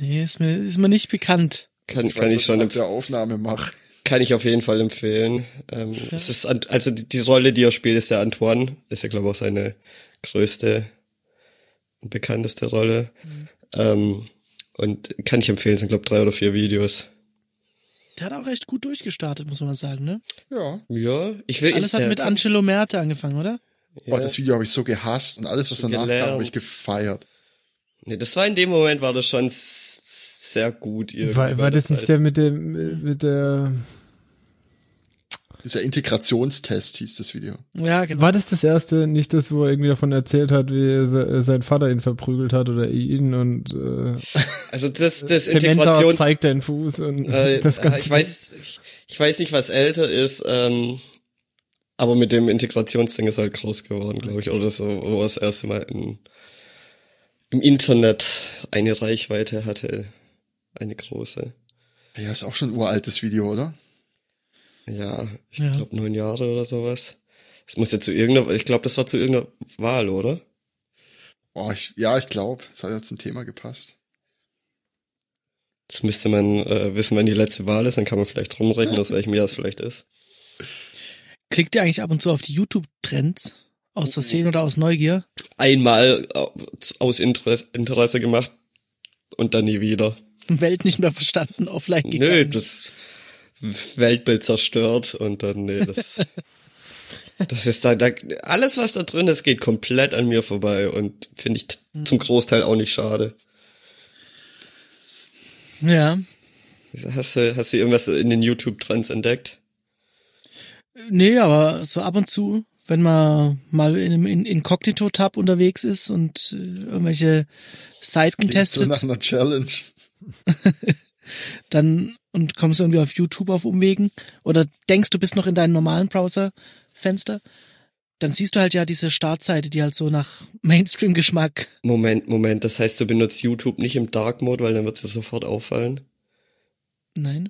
Speaker 3: Nee, ist mir, ist mir nicht bekannt.
Speaker 4: Kann, kann ich schon,
Speaker 2: mit
Speaker 4: empf-
Speaker 2: der Aufnahme mache.
Speaker 4: kann ich auf jeden Fall empfehlen. Ähm, es ist, an- also die, die Rolle, die er spielt, ist der Antoine. Ist ja, glaube ich, auch seine größte und bekannteste Rolle. Ähm, und kann ich empfehlen, Es sind, glaube ich, drei oder vier Videos.
Speaker 3: Der hat auch recht gut durchgestartet, muss man mal sagen, ne?
Speaker 2: Ja.
Speaker 4: Ja, ich will.
Speaker 3: Alles
Speaker 4: ich,
Speaker 3: hat
Speaker 4: äh,
Speaker 3: mit Angelo Merte angefangen, oder?
Speaker 2: Boah, das Video habe ich so gehasst und alles, was
Speaker 4: So
Speaker 2: danach kam,
Speaker 4: gelernt.
Speaker 2: habe ich gefeiert.
Speaker 4: Nee, das war in dem Moment, war das schon s- sehr gut. irgendwie,
Speaker 1: War, war
Speaker 4: weil
Speaker 1: das nicht
Speaker 4: halt-
Speaker 1: der mit dem, mit der,
Speaker 2: Dieser Integrationstest hieß das Video.
Speaker 3: Ja, genau.
Speaker 1: war das das erste, nicht das, wo er irgendwie davon erzählt hat, wie se, sein Vater ihn verprügelt hat oder ihn und, äh,
Speaker 4: Also das, das
Speaker 1: Cementa
Speaker 4: Integrations.
Speaker 1: zeigt den Fuß und
Speaker 4: Äh,
Speaker 1: das Ganze.
Speaker 4: ich weiß, ich, ich weiß nicht, was älter ist, ähm, aber mit dem Integrationsding ist halt groß geworden, glaube ich, oder so, wo er das erste Mal in, im Internet eine Reichweite hatte, eine große.
Speaker 2: Ja, ist auch schon ein uraltes Video, oder?
Speaker 4: Ja, ich
Speaker 3: Ja.
Speaker 4: glaube neun Jahre oder sowas. Es muss ja zu irgendeiner, ich glaube, das war zu irgendeiner Wahl, oder?
Speaker 2: Oh, ich, ja, ich glaube, es hat ja zum Thema gepasst.
Speaker 4: Das müsste man äh, wissen, wenn die letzte Wahl ist, dann kann man vielleicht rumrechnen, aus welchem Jahr es vielleicht ist.
Speaker 3: Klickt ihr eigentlich ab und zu auf die YouTube-Trends? Aus Versehen oder aus Neugier?
Speaker 4: Einmal au- aus Interesse, Interesse gemacht und dann nie wieder.
Speaker 3: Welt nicht mehr verstanden, offline gegangen.
Speaker 4: Nö, das Weltbild zerstört und dann, nee, das. Das ist da, da, alles was da drin ist, geht komplett an mir vorbei und finde ich t-
Speaker 1: Hm.
Speaker 4: zum Großteil auch nicht schade.
Speaker 3: ja.
Speaker 4: Hast du, hast du irgendwas in den YouTube-Trends entdeckt?
Speaker 3: Nee, aber so ab und zu, wenn man mal in einem in Inkognito-Tab unterwegs ist und äh, irgendwelche Seiten
Speaker 2: Klingt so
Speaker 3: testet,
Speaker 2: nach einer Challenge.
Speaker 3: dann und kommst irgendwie auf YouTube auf Umwegen oder denkst du bist noch in deinem normalen Browser-Fenster, dann siehst du halt ja diese Startseite, die halt so nach Mainstream-Geschmack.
Speaker 4: Moment, Moment, das heißt, du benutzt YouTube nicht im Dark Mode, weil dann wird's dir sofort auffallen.
Speaker 3: Nein.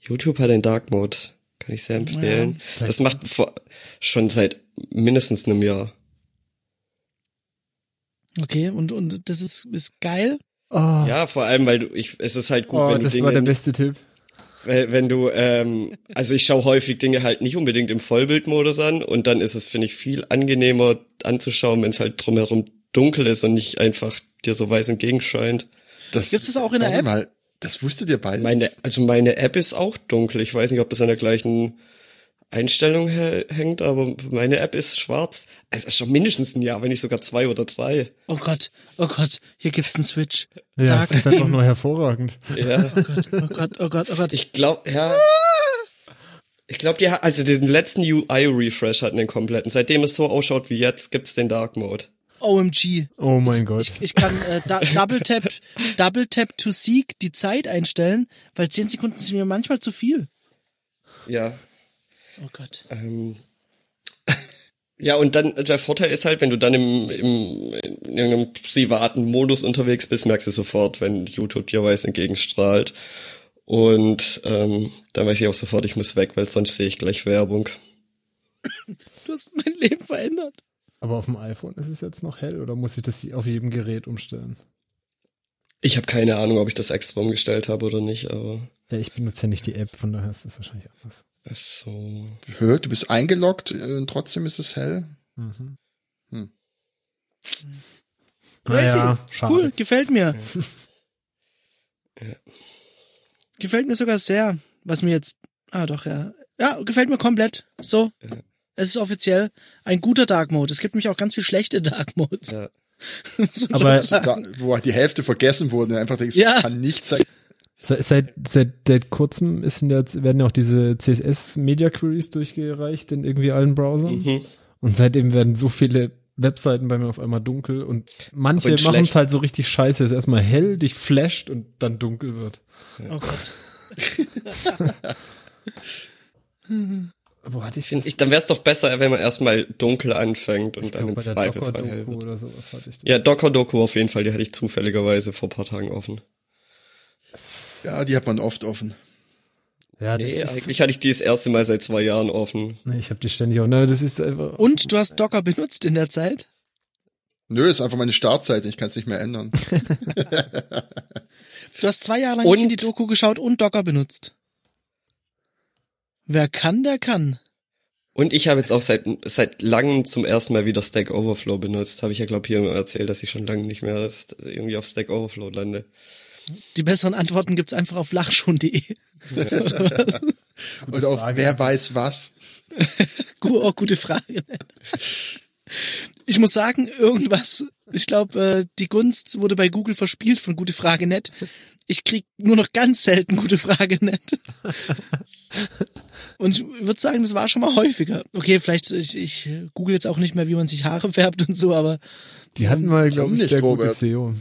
Speaker 4: YouTube hat einen Dark Mode. Kann ich sehr empfehlen.
Speaker 1: Ja.
Speaker 4: Das macht vor, schon seit mindestens einem Jahr.
Speaker 3: Okay, und, und das ist, ist geil.
Speaker 1: Oh,
Speaker 4: Ja, vor allem, weil du, ich, es ist halt gut,
Speaker 1: oh
Speaker 4: wenn du
Speaker 1: das war der
Speaker 4: Dinge,
Speaker 1: beste Tipp.
Speaker 4: Äh, wenn, wenn du, ähm, also ich schaue häufig Dinge halt nicht unbedingt im Vollbildmodus an und dann ist es, finde ich, viel angenehmer anzuschauen, wenn es halt drumherum dunkel ist und nicht einfach dir so weiß entgegenscheint.
Speaker 2: Das,
Speaker 3: Gibt's das auch in der
Speaker 2: Warte
Speaker 3: App?
Speaker 2: Mal, das wusstet ihr beide.
Speaker 4: Meine, also meine App ist auch dunkel. Ich weiß nicht, ob das an der gleichen Einstellung hä- hängt, aber meine App ist schwarz. Also schon mindestens ein Jahr, wenn nicht sogar zwei oder drei.
Speaker 3: Oh Gott, oh Gott, hier gibt's einen Switch.
Speaker 1: Ja,
Speaker 3: Dark
Speaker 1: das ist einfach nur hervorragend.
Speaker 4: Ja.
Speaker 3: Oh Gott, oh Gott, oh Gott.
Speaker 4: Ich glaube, ja. Ich glaube, die ha- also diesen letzten UI-Refresh hatten den kompletten. Seitdem es so ausschaut wie jetzt, gibt's den Dark Mode.
Speaker 3: OMG.
Speaker 1: Oh mein Gott.
Speaker 3: Ich kann äh, da, Double Tap, Double Tap to Seek die Zeit einstellen, weil 10 Sekunden sind mir manchmal zu viel.
Speaker 4: Ja.
Speaker 3: Oh Gott.
Speaker 4: Ähm. Ja, und dann, der Vorteil ist halt, wenn du dann im, im, in irgendeinem privaten Modus unterwegs bist, merkst du sofort, wenn YouTube dir weiß entgegenstrahlt. Und ähm, dann weiß ich auch sofort, ich muss weg, weil sonst sehe ich gleich Werbung.
Speaker 3: Du hast mein Leben verändert.
Speaker 1: Aber auf dem iPhone ist es jetzt noch hell oder muss ich das auf jedem Gerät umstellen?
Speaker 4: Ich habe keine Ahnung, ob ich das extra umgestellt habe oder nicht, aber.
Speaker 1: Ja, ich benutze ja nicht die App, von daher ist das wahrscheinlich anders.
Speaker 4: Ach so.
Speaker 2: Hör, du bist eingeloggt äh, und trotzdem ist es hell.
Speaker 1: Mhm.
Speaker 2: Hm.
Speaker 3: Crazy.
Speaker 1: Naja, schade.
Speaker 3: Cool, gefällt mir. Gefällt mir sogar sehr, was mir jetzt. Ah, doch, ja. Ja, gefällt mir komplett. So. Es ist offiziell ein guter Dark Mode. Es gibt nämlich auch ganz viel schlechte Dark Modes.
Speaker 4: Ja.
Speaker 3: muss man
Speaker 1: Aber-
Speaker 3: schon sagen.
Speaker 2: Da, wo die Hälfte vergessen wurde und einfach denkst,
Speaker 3: Ah. Ja.
Speaker 2: kann nicht sein.
Speaker 1: Se- Seit, seit, seit kurzem ist denn jetzt, werden ja auch diese CSS-Media-Queries durchgereicht in irgendwie allen Browsern.
Speaker 4: Mhm.
Speaker 1: Und seitdem werden so viele Webseiten bei mir auf einmal dunkel und manche
Speaker 4: Aber in
Speaker 1: machen es
Speaker 4: schlecht.
Speaker 1: halt so richtig scheiße. Es ist erstmal hell, dich flasht und dann dunkel wird.
Speaker 3: Oh Gott.
Speaker 1: Wo hatte ich das?
Speaker 4: Ich, dann wäre es doch besser, wenn man erstmal dunkel anfängt und
Speaker 1: Ich
Speaker 4: dann
Speaker 1: glaub,
Speaker 4: im
Speaker 1: bei der
Speaker 4: Zweifelsfall hell
Speaker 1: Docker-Doku
Speaker 4: wird.
Speaker 1: oder sowas hatte ich das.
Speaker 4: Ja, Docker-Doku auf jeden Fall, die hatte ich zufälligerweise vor ein paar Tagen offen.
Speaker 2: Ja, die hat man oft offen.
Speaker 1: Ja, das
Speaker 4: Nee,
Speaker 1: ist,
Speaker 4: eigentlich hatte ich die das erste Mal seit zwei Jahren offen.
Speaker 1: nee, ich habe die ständig auch. Na, das ist einfach.
Speaker 3: Und du hast Docker benutzt in der Zeit?
Speaker 2: Nö, ist einfach meine Startseite, ich kann es nicht mehr ändern.
Speaker 3: Du hast zwei Jahre lang
Speaker 4: Und-
Speaker 3: nicht in die Doku geschaut und Docker benutzt. Wer kann, der kann.
Speaker 4: Und ich habe jetzt auch seit, seit langem zum ersten Mal wieder Stack Overflow benutzt. Habe ich ja, glaube ich, hier erzählt, dass ich schon lange nicht mehr erst irgendwie auf Stack Overflow lande.
Speaker 3: Die besseren Antworten gibt's einfach auf lachschon.de.
Speaker 2: Und auf
Speaker 1: Frage.
Speaker 2: wer weiß was.
Speaker 3: Gu- Oh, gute Frage. Ich muss sagen, irgendwas, ich glaube, äh, die Gunst wurde bei Google verspielt von gute Frage net. Ich krieg nur noch ganz selten gute Frage net. Und ich würde sagen, das war schon mal häufiger. Okay, vielleicht, ich, ich äh, google jetzt auch nicht mehr, wie man sich Haare färbt und so, aber
Speaker 1: Die
Speaker 4: Oh,
Speaker 1: hatten mal, glaube
Speaker 2: Warum
Speaker 1: ich,
Speaker 2: nicht,
Speaker 1: sehr E
Speaker 2: Robert?
Speaker 1: gutes SEO.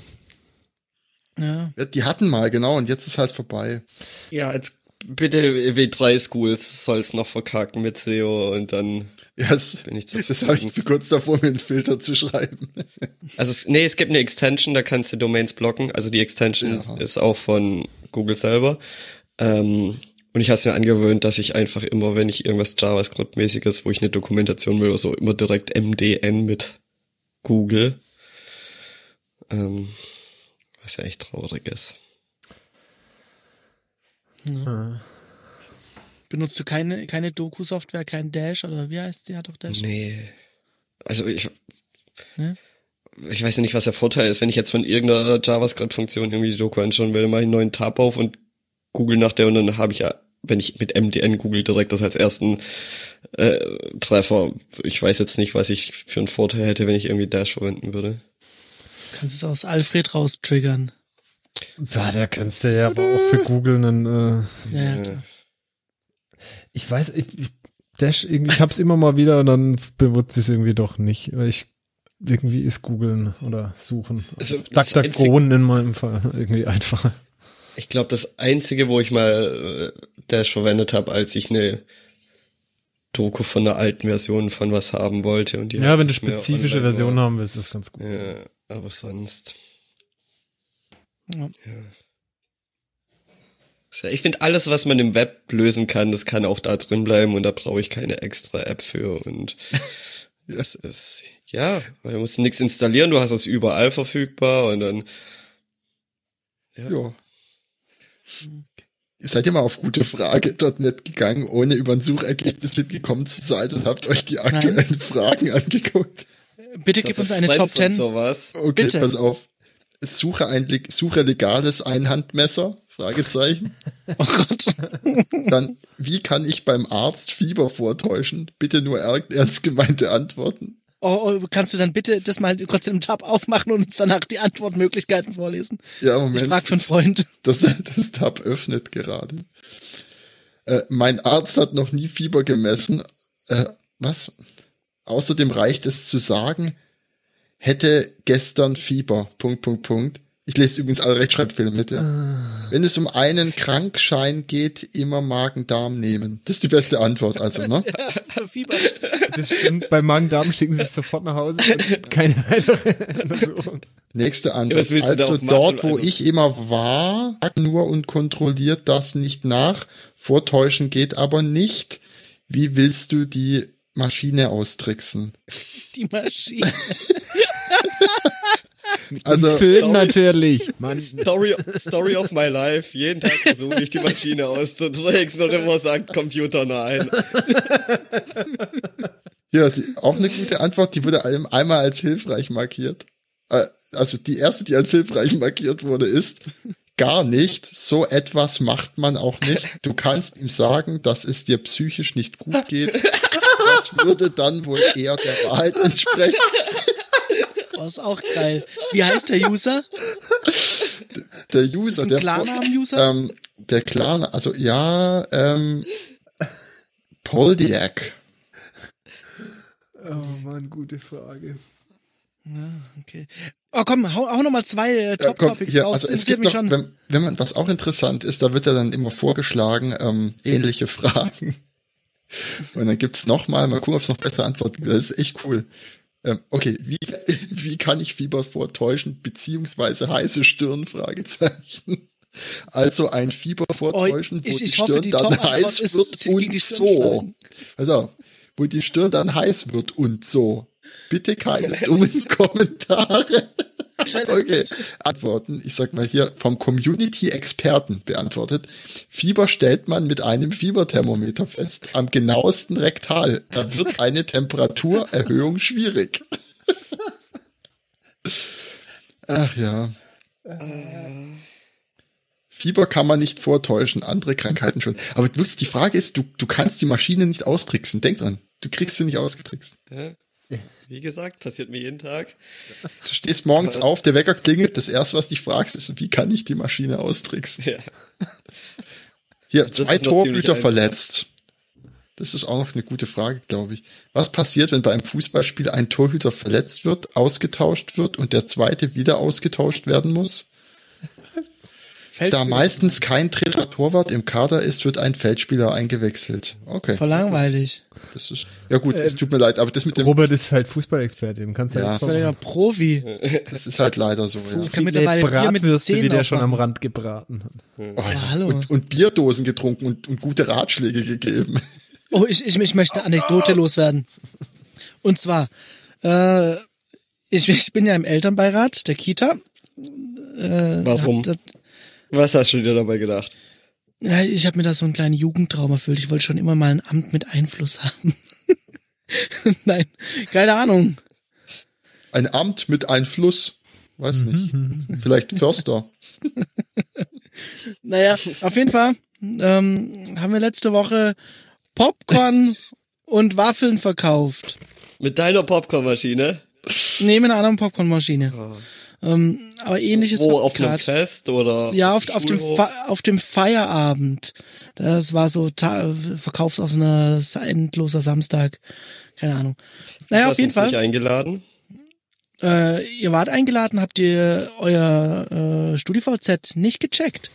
Speaker 3: ja.
Speaker 2: Ja, Die hatten mal, genau, und jetzt ist halt vorbei.
Speaker 4: Ja, jetzt bitte W3 Schools soll's noch verkacken mit SEO E und dann
Speaker 2: Ja, das,
Speaker 4: Bin ich
Speaker 2: das habe ich
Speaker 4: zufrieden.
Speaker 2: für kurz davor, mir einen Filter zu schreiben.
Speaker 4: Also es, nee, es gibt eine Extension, da kannst du Domains blocken. Also die Extension
Speaker 2: Aha.
Speaker 4: ist auch von Google selber. Ähm, und ich habe es mir angewöhnt, dass ich einfach immer, wenn ich irgendwas JavaScript-mäßiges, wo ich eine Dokumentation will oder so, immer direkt MDN mit Google. Ähm, was ja echt traurig ist.
Speaker 3: Benutzt du keine, keine Doku-Software, kein Dash oder wie heißt sie? Ja, doch Dash.
Speaker 4: Nee. Also ich.
Speaker 3: Ne?
Speaker 4: Ich weiß ja nicht, was der Vorteil ist, wenn ich jetzt von irgendeiner JavaScript-Funktion irgendwie die Doku anschauen werde, mache ich einen neuen Tab auf und google nach der und dann habe ich ja, wenn ich mit MDN google, direkt das als ersten äh, Treffer. Ich weiß jetzt nicht, was ich für einen Vorteil hätte, wenn ich irgendwie Dash verwenden würde.
Speaker 3: Du kannst es aus Alfred raus triggern.
Speaker 1: Ja, da kannst du ja aber auch für Google einen, äh,
Speaker 3: Ja, ja, klar.
Speaker 1: ich weiß, ich, ich Dash irgendwie, ich hab's immer mal wieder und dann benutze ich es irgendwie doch nicht. weil Ich irgendwie ist googeln oder suchen.
Speaker 4: Also, das
Speaker 1: DuckDuckGo in meinem Fall irgendwie einfacher.
Speaker 4: Ich glaube, das Einzige, wo ich mal äh, Dash verwendet habe, als ich eine Doku von einer alten Version von was haben wollte. Und die
Speaker 1: Ja, wenn du
Speaker 4: nicht mehr
Speaker 1: spezifische
Speaker 4: online war.
Speaker 1: Versionen haben willst, ist ganz gut.
Speaker 4: Ja, aber sonst.
Speaker 3: Ja.
Speaker 4: Ich finde, alles, was man im Web lösen kann, das kann auch da drin bleiben und da brauche ich keine extra App für. Und das ist, ja, weil du musst nichts installieren, du hast es überall verfügbar und dann,
Speaker 2: Ja. Ihr seid ja mal auf gute Frage.net gegangen, ohne über ein Suchergebnis hingekommen zu sein und habt euch die aktuellen Fragen angeguckt.
Speaker 3: Bitte gib
Speaker 4: Das
Speaker 3: uns
Speaker 4: hat
Speaker 3: eine
Speaker 4: Friends
Speaker 3: Top
Speaker 4: und
Speaker 3: 10.
Speaker 4: Sowas.
Speaker 2: Okay,
Speaker 3: Bitte.
Speaker 2: pass auf. Suche ein, le- suche legales Einhandmesser? Fragezeichen.
Speaker 3: Oh Gott.
Speaker 2: Dann, wie kann ich beim Arzt Fieber vortäuschen? Bitte nur er- ernst gemeinte Antworten.
Speaker 3: Oh, oh, kannst du dann bitte das mal kurz im Tab aufmachen und uns danach die Antwortmöglichkeiten vorlesen?
Speaker 2: Ja,
Speaker 3: Ich
Speaker 2: Moment.
Speaker 3: frag für einen Freund.
Speaker 2: Das, das Tab öffnet gerade. Äh, mein Arzt hat noch nie Fieber gemessen. Äh, was? Außerdem reicht es zu sagen, hätte gestern Fieber. Punkt, Punkt, Punkt. Ich lese übrigens alle Rechtschreibfehler mit. Ja. Wenn es um einen Krankschein geht, immer Magen-Darm nehmen. Das ist die beste Antwort, also, ne?
Speaker 3: Für Fieber.
Speaker 1: Das stimmt, bei Magen-Darm schicken sie sich sofort nach Hause. Keine weitere Untersuchung.
Speaker 2: Nächste
Speaker 4: Ja,
Speaker 2: Antwort.
Speaker 4: was willst du da
Speaker 2: also
Speaker 4: auch machen?
Speaker 2: dort, wo
Speaker 4: Also-
Speaker 2: ich immer war, fragt nur und kontrolliert das nicht nach. Vortäuschen geht aber nicht. Wie willst du die Maschine austricksen?
Speaker 3: Die Maschine.
Speaker 2: Also,
Speaker 1: Film natürlich. Mann.
Speaker 4: Story, Story of my life. Jeden Tag versuche ich die Maschine auszudrücken und immer sagt Computer nein.
Speaker 2: ja, die, auch eine gute Antwort, die wurde einem einmal als hilfreich markiert. Äh, Also die erste, die als hilfreich markiert wurde, ist gar nicht. So etwas macht man auch nicht. Du kannst ihm sagen, dass es dir psychisch nicht gut geht. Das würde dann wohl eher der Wahrheit entsprechen.
Speaker 3: Oh, ist auch geil. Wie heißt der User?
Speaker 2: Der User,
Speaker 3: Ist ein
Speaker 2: der
Speaker 3: Klarnamen-User?
Speaker 2: Ähm, der Klarname, also ja, ähm, Poldiak.
Speaker 1: Oh Mann, gute Frage.
Speaker 3: Okay. Oh komm, hau, hau nochmal zwei äh,
Speaker 2: Ja, komm,
Speaker 3: Top-Topics
Speaker 2: hier,
Speaker 3: raus.
Speaker 2: also
Speaker 3: Das
Speaker 2: es
Speaker 3: interessiert
Speaker 2: gibt
Speaker 3: mich
Speaker 2: noch,
Speaker 3: schon.
Speaker 2: wenn, wenn man, was auch interessant ist, da wird ja dann immer vorgeschlagen, ähm, ähnliche Fragen. Und dann gibt's noch mal, mal gucken, ob es noch bessere Antworten gibt. Das ist echt cool. Ähm, okay, wie, wie kann ich Fieber vortäuschen, beziehungsweise heiße Stirn, Fragezeichen. Also ein Fieber vortäuschen,
Speaker 3: Oh,
Speaker 2: wo
Speaker 3: ich-
Speaker 2: die
Speaker 3: ich
Speaker 2: Stirn
Speaker 3: hoffe, die
Speaker 2: dann
Speaker 3: Top-Antwort
Speaker 2: heiß
Speaker 3: ist,
Speaker 2: wird
Speaker 3: sie gegen
Speaker 2: und
Speaker 3: die Stirn
Speaker 2: so.
Speaker 3: schlagen.
Speaker 2: Pass auf, wo die Stirn dann heiß wird und so. Bitte keine dummen Kommentare.
Speaker 3: Scheiße.
Speaker 2: Okay, Antworten, ich sag mal hier, vom Community-Experten beantwortet. Fieber stellt man mit einem Fieberthermometer fest, am genauesten rektal. Da wird eine Temperaturerhöhung schwierig. Ach ja. Fieber kann man nicht vortäuschen, andere Krankheiten schon. Aber wirklich, die Frage ist, du, du kannst die Maschine nicht austricksen. Denk dran, du kriegst sie nicht ausgetrickst.
Speaker 4: Wie gesagt, passiert mir jeden Tag.
Speaker 2: Du stehst morgens auf, der Wecker klingelt, das erste, was dich fragst, ist, wie kann ich die Maschine austricksen?
Speaker 4: Ja.
Speaker 3: Äh,
Speaker 2: Hier,
Speaker 4: ist
Speaker 2: zwei
Speaker 4: noch ziemlich
Speaker 2: Torhüter
Speaker 4: einfach.
Speaker 2: verletzt. Das ist auch noch eine gute Frage, glaube ich. Was passiert, wenn bei einem Fußballspiel ein Torhüter verletzt wird, ausgetauscht wird und der zweite wieder ausgetauscht werden muss?
Speaker 3: Feldspieler.
Speaker 2: Da meistens kein dritter Torwart im Kader ist, wird ein Feldspieler eingewechselt. Okay.
Speaker 3: Voll langweilig.
Speaker 2: Das ist, ja gut,
Speaker 3: Äh,
Speaker 2: es tut mir leid, aber das mit dem,
Speaker 1: Robert ist halt Fußballexperte, dem kannst du
Speaker 2: Ja.
Speaker 1: halt
Speaker 3: Ich bin ja
Speaker 1: sonst
Speaker 3: Profi. Also
Speaker 2: das ist halt leider so.
Speaker 3: Ich kann mittlerweile Bier mit
Speaker 1: Bratwürste,
Speaker 3: Zehen
Speaker 1: wie der schon am
Speaker 3: aufmachen.
Speaker 1: Rand gebraten hat.
Speaker 2: Ja. Oh, ja.
Speaker 3: hallo.
Speaker 2: Und, und Bierdosen getrunken und, und gute Ratschläge gegeben.
Speaker 3: Oh, ich, ich, ich möchte eine Anekdote loswerden. Und zwar, äh, ich, ich bin ja im Elternbeirat der Kita. Äh,
Speaker 4: Warum?
Speaker 3: hab das-
Speaker 4: Was hast du dir dabei gedacht?
Speaker 3: Ja, ich habe mir da so einen kleinen Jugendtraum erfüllt. Ich wollte schon immer mal ein Amt mit Einfluss haben. Nein, keine Ahnung.
Speaker 2: Ein Amt mit einem Fluss. Weiß
Speaker 3: Mhm,
Speaker 2: nicht. Vielleicht Förster.
Speaker 3: Naja, auf jeden Fall ähm, haben wir letzte Woche Popcorn und Waffeln verkauft.
Speaker 4: Mit deiner Popcornmaschine?
Speaker 3: Neben einer anderen Popcornmaschine. Ähm, aber ähnliches
Speaker 4: Wo,
Speaker 3: hab ich
Speaker 4: auf einem
Speaker 3: grad.
Speaker 4: Fest oder?
Speaker 3: Ja, auf, auf, dem
Speaker 4: Schulhof?
Speaker 3: Fe- auf dem Feierabend. Das war so ta- verkaufsoffener, endloser Samstag. Keine Ahnung.
Speaker 4: Du
Speaker 3: Naja,
Speaker 4: hast
Speaker 3: auf jeden
Speaker 4: uns nicht
Speaker 3: Fall.
Speaker 4: eingeladen.
Speaker 3: Äh, ihr wart eingeladen, habt ihr euer äh, StudiVZ nicht gecheckt.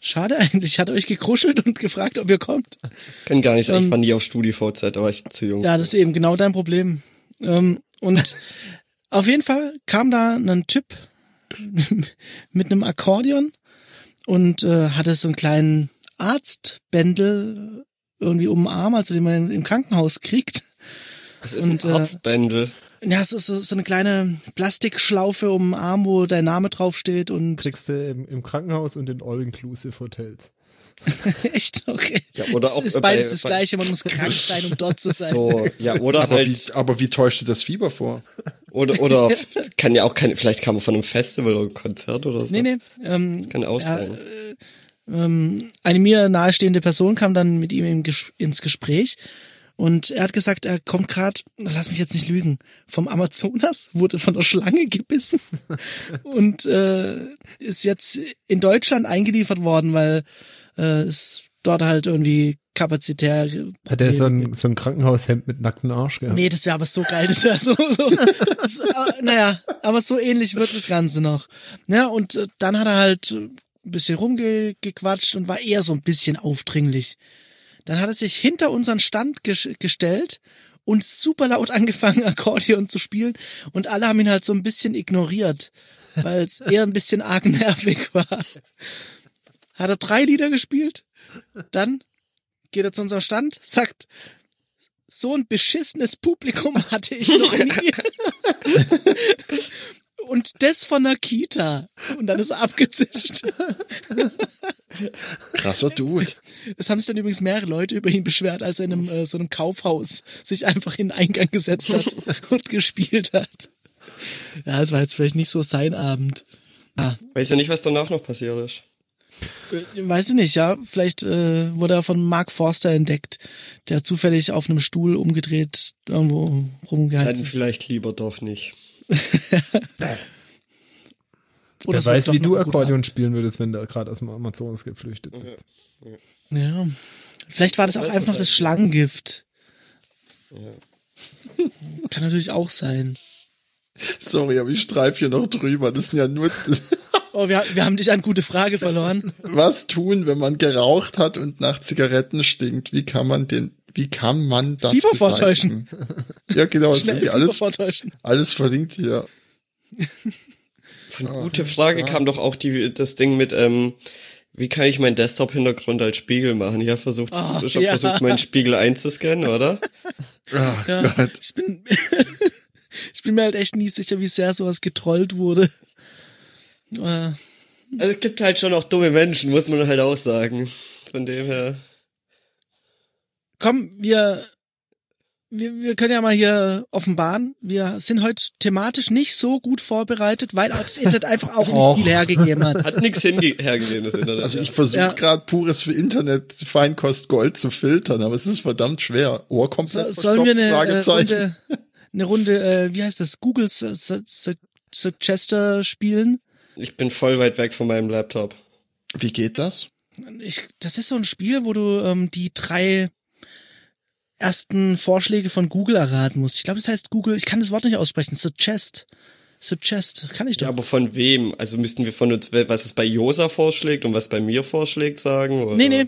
Speaker 3: Schade eigentlich. Hat euch gekruschelt und gefragt, ob ihr kommt.
Speaker 4: Kann gar nicht sein.
Speaker 3: Ähm,
Speaker 4: ich war nie auf StudiVZ, da war ich zu jung.
Speaker 3: Ja, das ist eben genau dein Problem. Ähm, und auf jeden Fall kam da ein Typ mit einem Akkordeon und äh, hatte so einen kleinen Arztbändel irgendwie um den Arm, also den man im Krankenhaus kriegt.
Speaker 4: das ist
Speaker 3: und, äh,
Speaker 4: ein Arztbändel.
Speaker 3: Ja, so, so, so eine kleine Plastikschlaufe um den Arm, wo dein Name draufsteht und
Speaker 1: Kriegst du im, im Krankenhaus und in All-Inclusive-Hotels.
Speaker 3: echt, okay.
Speaker 4: Ja, oder
Speaker 3: es
Speaker 4: auch
Speaker 3: ist
Speaker 4: bei-
Speaker 3: beides das
Speaker 4: bei-
Speaker 3: gleiche, man muss krank sein, um dort zu sein.
Speaker 4: So, ja, oder
Speaker 2: aber,
Speaker 4: halt,
Speaker 2: wie, aber wie täuscht du das Fieber vor?
Speaker 4: oder, oder f- kann ja auch kein, vielleicht kam er von einem Festival oder einem Konzert oder so.
Speaker 3: Nee, nee. Ähm,
Speaker 4: Kann auch
Speaker 3: ja,
Speaker 4: sein.
Speaker 3: eine mir nahestehende Person kam dann mit ihm im Ges ins Gespräch und er hat gesagt, er kommt gerade, lass mich jetzt nicht lügen, vom Amazonas, wurde von der Schlange gebissen und äh, ist jetzt in Deutschland eingeliefert worden, weil äh, es dort halt irgendwie kapazitär.
Speaker 1: Hat er so
Speaker 3: Probleme
Speaker 1: ein, so ein Krankenhaushemd mit nacktem Arsch gehabt?
Speaker 3: Nee, das wäre aber so geil, das wäre so, so das, äh, naja, aber so ähnlich wird das Ganze noch. Ja, und äh, dann hat er halt äh, ein bisschen rumgequatscht und war eher so ein bisschen aufdringlich. Dann hat er sich hinter unseren Stand gesch- gestellt und super laut angefangen, Akkordeon zu spielen und alle haben ihn halt so ein bisschen ignoriert, weil es eher ein bisschen arg nervig war. Hat er drei Lieder gespielt, dann geht er zu unserem Stand, sagt, so ein beschissenes Publikum hatte ich noch nie. Und das von der Kita. Und dann ist er abgezischt.
Speaker 2: Krasser Dude.
Speaker 3: Es haben sich dann übrigens mehrere Leute über ihn beschwert, als er in einem, äh, so einem Kaufhaus sich einfach in den Eingang gesetzt hat und gespielt hat. Ja, es war jetzt vielleicht nicht so sein Abend.
Speaker 4: Weiß ja nicht, was danach noch passiert ist.
Speaker 3: Äh, Weiß ich nicht, ja. Vielleicht äh, wurde er von Mark Forster entdeckt, der zufällig auf einem Stuhl umgedreht irgendwo
Speaker 4: Dann
Speaker 3: rumgeheizt ist.
Speaker 4: vielleicht lieber doch nicht.
Speaker 1: Wer
Speaker 3: es
Speaker 1: weiß,
Speaker 3: wird
Speaker 1: wie
Speaker 3: doch
Speaker 1: du
Speaker 3: noch ein guter
Speaker 1: Akkordeon spielen würdest, wenn du gerade aus dem Amazonas geflüchtet bist.
Speaker 3: Ja. Vielleicht war das auch
Speaker 4: Weiß
Speaker 3: einfach das
Speaker 4: es eigentlich
Speaker 3: Schlangengift. Kann natürlich auch sein.
Speaker 2: Sorry, aber ich streif hier noch drüber. Das sind ja nur, das,
Speaker 3: Oh, wir, wir haben dich an gute Frage verloren.
Speaker 2: was tun, wenn man geraucht hat und nach Zigaretten stinkt? Wie kann man den, wie kann man das
Speaker 3: Fieber
Speaker 2: beseitigen?
Speaker 3: vortäuschen.
Speaker 2: Ja, genau, das ist
Speaker 3: Schnell
Speaker 2: irgendwie
Speaker 3: alles
Speaker 2: alles,
Speaker 3: vortäuschen.
Speaker 2: alles verlinkt hier. Ah,
Speaker 4: Von gute Frage kam doch auch die, das Ding mit, ähm, wie kann ich meinen Desktop-Hintergrund als Spiegel machen? Ich habe versucht,
Speaker 3: Ah,
Speaker 4: ich hab
Speaker 3: ja.
Speaker 4: versucht, meinen Spiegel einzuscannen, oder?
Speaker 2: Ah,
Speaker 3: Ja,
Speaker 2: Gott.
Speaker 3: ich, bin, ich bin mir halt echt nie sicher, wie sehr sowas getrollt wurde. Äh,
Speaker 4: Also, es gibt halt schon auch dumme Menschen, muss man halt auch sagen. Von dem her.
Speaker 3: komm, wir, wir, wir können ja mal hier offenbaren. Wir sind heute thematisch nicht so gut vorbereitet, weil das Internet einfach auch
Speaker 1: Och.
Speaker 3: nicht viel hergegeben hat.
Speaker 4: Hat nichts hergegeben, das Internet.
Speaker 2: Also ich versuche
Speaker 3: Ja.
Speaker 2: grad gerade pures für Internet Feinkost Gold zu filtern, aber es ist verdammt schwer. Ohr komplett
Speaker 3: So, sollen wir eine äh,
Speaker 2: Fragezeichen.
Speaker 3: Runde, eine Runde äh, wie heißt das, Google Su- Su- Su- Suggester spielen?
Speaker 4: ich bin voll weit weg von meinem Laptop.
Speaker 2: Wie geht das?
Speaker 3: Ich, das ist so ein Spiel, wo du ähm, die drei ersten Vorschläge von Google erraten musst. Ich glaube, es heißt Google, ich kann das Wort nicht aussprechen, Suggest. Suggest, kann ich doch.
Speaker 4: Ja, aber von wem? Also müssten wir von uns, was es bei Josa vorschlägt und was bei mir vorschlägt, sagen? Oder?
Speaker 3: nee, nee,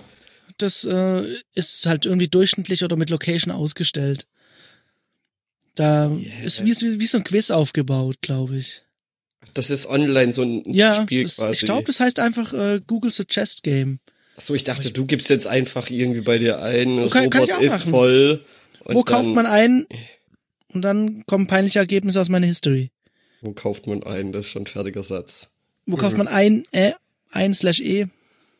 Speaker 3: das äh, ist halt irgendwie durchschnittlich oder mit Location ausgestellt. Da ist wie, wie, wie so ein Quiz aufgebaut, glaube ich.
Speaker 4: Das ist online so ein
Speaker 3: Ja,
Speaker 4: Spiel
Speaker 3: das,
Speaker 4: quasi.
Speaker 3: ich glaube, das heißt einfach äh, Google Suggest Game.
Speaker 4: Achso, ich dachte, du gibst jetzt einfach irgendwie bei dir ein,
Speaker 3: kann- kann
Speaker 4: Robot
Speaker 3: ich auch
Speaker 4: ist
Speaker 3: machen.
Speaker 4: voll. Und
Speaker 3: Wo
Speaker 4: dann,
Speaker 3: kauft man ein? Und dann kommen peinliche Ergebnisse aus meiner History.
Speaker 4: Wo kauft man ein? Das ist schon ein fertiger Satz.
Speaker 3: Wo
Speaker 4: Mhm.
Speaker 3: kauft man ein? Äh, ein slash E.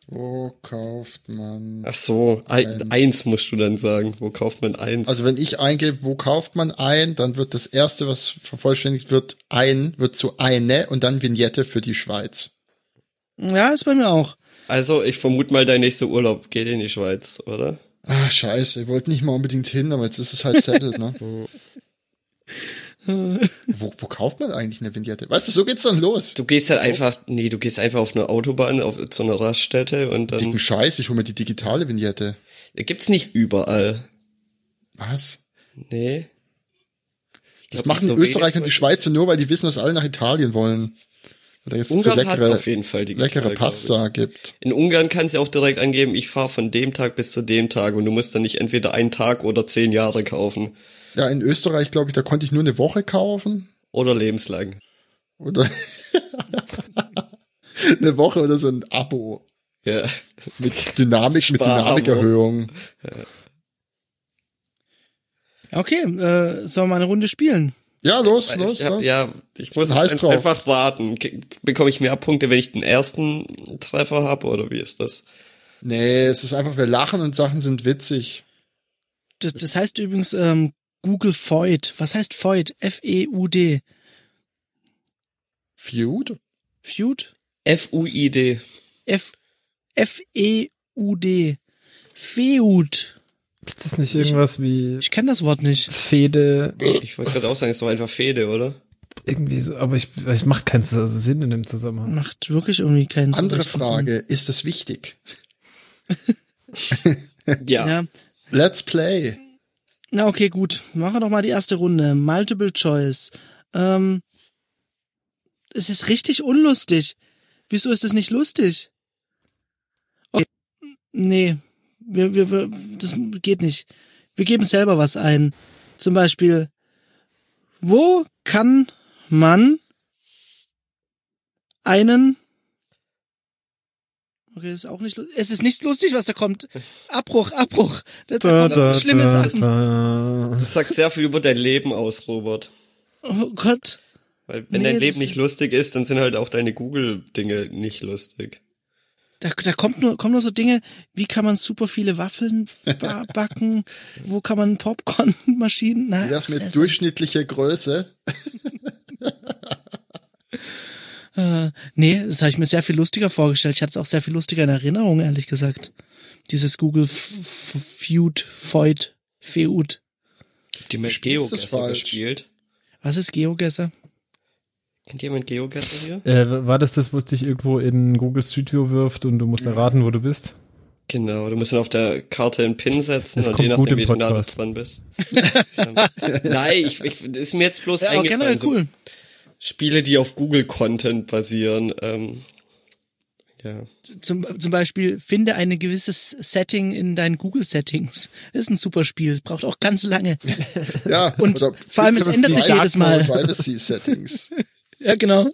Speaker 2: Wo kauft man?
Speaker 4: Ach so, ein,
Speaker 3: Ähm.
Speaker 4: eins musst du dann sagen. Wo kauft man eins?
Speaker 2: Also wenn ich eingebe, wo kauft man ein, dann wird das erste, was vervollständigt wird, ein, wird zu eine und dann Vignette für die Schweiz.
Speaker 3: Ja, ist bei mir auch.
Speaker 4: also ich vermute mal, dein nächster Urlaub geht in die Schweiz, oder?
Speaker 2: Ah, scheiße, ich wollte nicht mal unbedingt hin, aber jetzt ist es halt Zettel, ne? wo, wo kauft man eigentlich eine Vignette? Weißt du, so geht's dann los.
Speaker 4: Du gehst halt einfach, nee, du gehst einfach auf eine Autobahn, auf zu einer Raststätte und
Speaker 2: dicken
Speaker 4: dann
Speaker 2: Scheiß, ich hole mir die digitale Vignette.
Speaker 4: gibt's nicht überall.
Speaker 2: Was?
Speaker 4: Nee. Ich
Speaker 2: Das
Speaker 4: glaub,
Speaker 2: machen
Speaker 4: Slowenien
Speaker 2: Österreich
Speaker 4: zum
Speaker 2: und die
Speaker 4: Beispiel-
Speaker 2: Schweizer nur, weil die wissen, dass alle nach Italien wollen. Weil Da jetzt so
Speaker 4: Ungarn hat's
Speaker 2: leckere,
Speaker 4: auf jeden Fall digital,
Speaker 2: leckere
Speaker 4: glaub
Speaker 2: Pasta gibt.
Speaker 4: In Ungarn kannst du auch direkt angeben, ich fahre von dem Tag bis zu dem Tag und du musst dann nicht entweder einen Tag oder zehn Jahre kaufen
Speaker 2: Ja, in Österreich, glaube ich, da konnte ich nur eine Woche kaufen.
Speaker 4: oder lebenslang.
Speaker 2: Oder eine Woche oder so ein Abo.
Speaker 4: Ja.
Speaker 2: Mit Dynamik, mit
Speaker 4: Sparabo.
Speaker 2: Dynamikerhöhung.
Speaker 3: Ja, Okay, äh, sollen wir mal eine Runde spielen?
Speaker 2: Ja, los,
Speaker 4: Weil
Speaker 2: los,
Speaker 4: ich, hab-
Speaker 2: los.
Speaker 4: Ja, ich muss
Speaker 2: Heiß
Speaker 4: jetzt ein-
Speaker 2: drauf.
Speaker 4: einfach raten. K- Bekomme ich mehr Punkte, wenn ich den ersten Treffer habe oder wie ist das?
Speaker 2: Nee, es ist einfach, wir lachen und Sachen sind witzig.
Speaker 3: Das, das heißt übrigens ähm, Google Feud. Was heißt E Feud? F-E-U-D.
Speaker 2: Feud?
Speaker 3: Feud?
Speaker 4: F-U-I-D.
Speaker 3: E F- E F-E-U-D. Feud.
Speaker 1: Ist das nicht irgendwas wie
Speaker 3: E Ich kenne das Wort nicht.
Speaker 1: Fehde?
Speaker 4: Ich wollte gerade auch sagen, ist doch einfach Fehde, oder?
Speaker 1: Irgendwie so, aber ich, ich macht keinen Zus- also Sinn in dem Zusammenhang.
Speaker 3: Macht wirklich irgendwie keinen so
Speaker 2: Andere
Speaker 3: richtigen Sinn.
Speaker 2: Frage, ist es wichtig?
Speaker 4: Ja.
Speaker 3: Ja.
Speaker 2: Let's play.
Speaker 3: Na, okay, gut. Machen wir doch mal die erste Runde. Multiple Choice. Ähm, es ist richtig unlustig. Wieso ist es nicht lustig? Okay. Nee, wir, wir, wir, das geht nicht. Wir geben selber was ein. Zum Beispiel, wo kann man einen... Okay, ist auch nicht lustig. Es ist nicht lustig, was da kommt. Abbruch, Abbruch. Da, da, kommt schlimme Sachen.
Speaker 1: da.
Speaker 4: Das sagt sehr viel über dein Leben aus, Robert.
Speaker 3: Oh Gott.
Speaker 4: Weil wenn
Speaker 3: Nee,
Speaker 4: dein Leben
Speaker 3: das-
Speaker 4: nicht lustig ist, dann sind halt auch deine Google-Dinge nicht lustig.
Speaker 3: Da, da kommt nur, kommen nur so Dinge, wie kann man super viele Waffeln ba backen? Wo kann man Popcorn-Maschinen? Na,
Speaker 2: Wie wär's
Speaker 3: seltsam.
Speaker 2: mit durchschnittlicher Größe?
Speaker 3: Äh, nee, das habe ich mir sehr viel lustiger vorgestellt. Ich hatte es auch sehr viel lustiger in Erinnerung, ehrlich gesagt. Dieses Google F- F- Feud, Feud, Feud.
Speaker 4: Die mal
Speaker 2: spielst das
Speaker 4: Geogesser
Speaker 2: falsch.
Speaker 4: gespielt.
Speaker 3: Was ist Geogesser?
Speaker 4: Kennt jemand Geogesser hier?
Speaker 1: Äh, war das das, wo es dich irgendwo in Google Street View wirft und du musst erraten, wo du bist?
Speaker 4: Genau, du musst dann auf der Karte einen Pin setzen
Speaker 1: Es
Speaker 4: und
Speaker 1: kommt
Speaker 4: je
Speaker 1: gut
Speaker 4: nachdem,
Speaker 1: im
Speaker 4: wie du nah
Speaker 1: Podcast.
Speaker 4: dran bist. Nein, ich, ich, das ist mir jetzt bloß
Speaker 3: Ja, aber
Speaker 4: eingefallen.
Speaker 3: generell
Speaker 4: so
Speaker 3: cool.
Speaker 4: Spiele, die auf Google-Content basieren. Ähm, ja.
Speaker 3: Zum, zum Beispiel finde ein gewisses Setting in deinen Google-Settings. Das ist ein super Spiel. Braucht auch ganz lange.
Speaker 2: Ja,
Speaker 3: Und vor allem, es
Speaker 2: Pri-
Speaker 3: ändert sich jedes Mal.
Speaker 2: Privacy Settings.
Speaker 3: Ja, genau.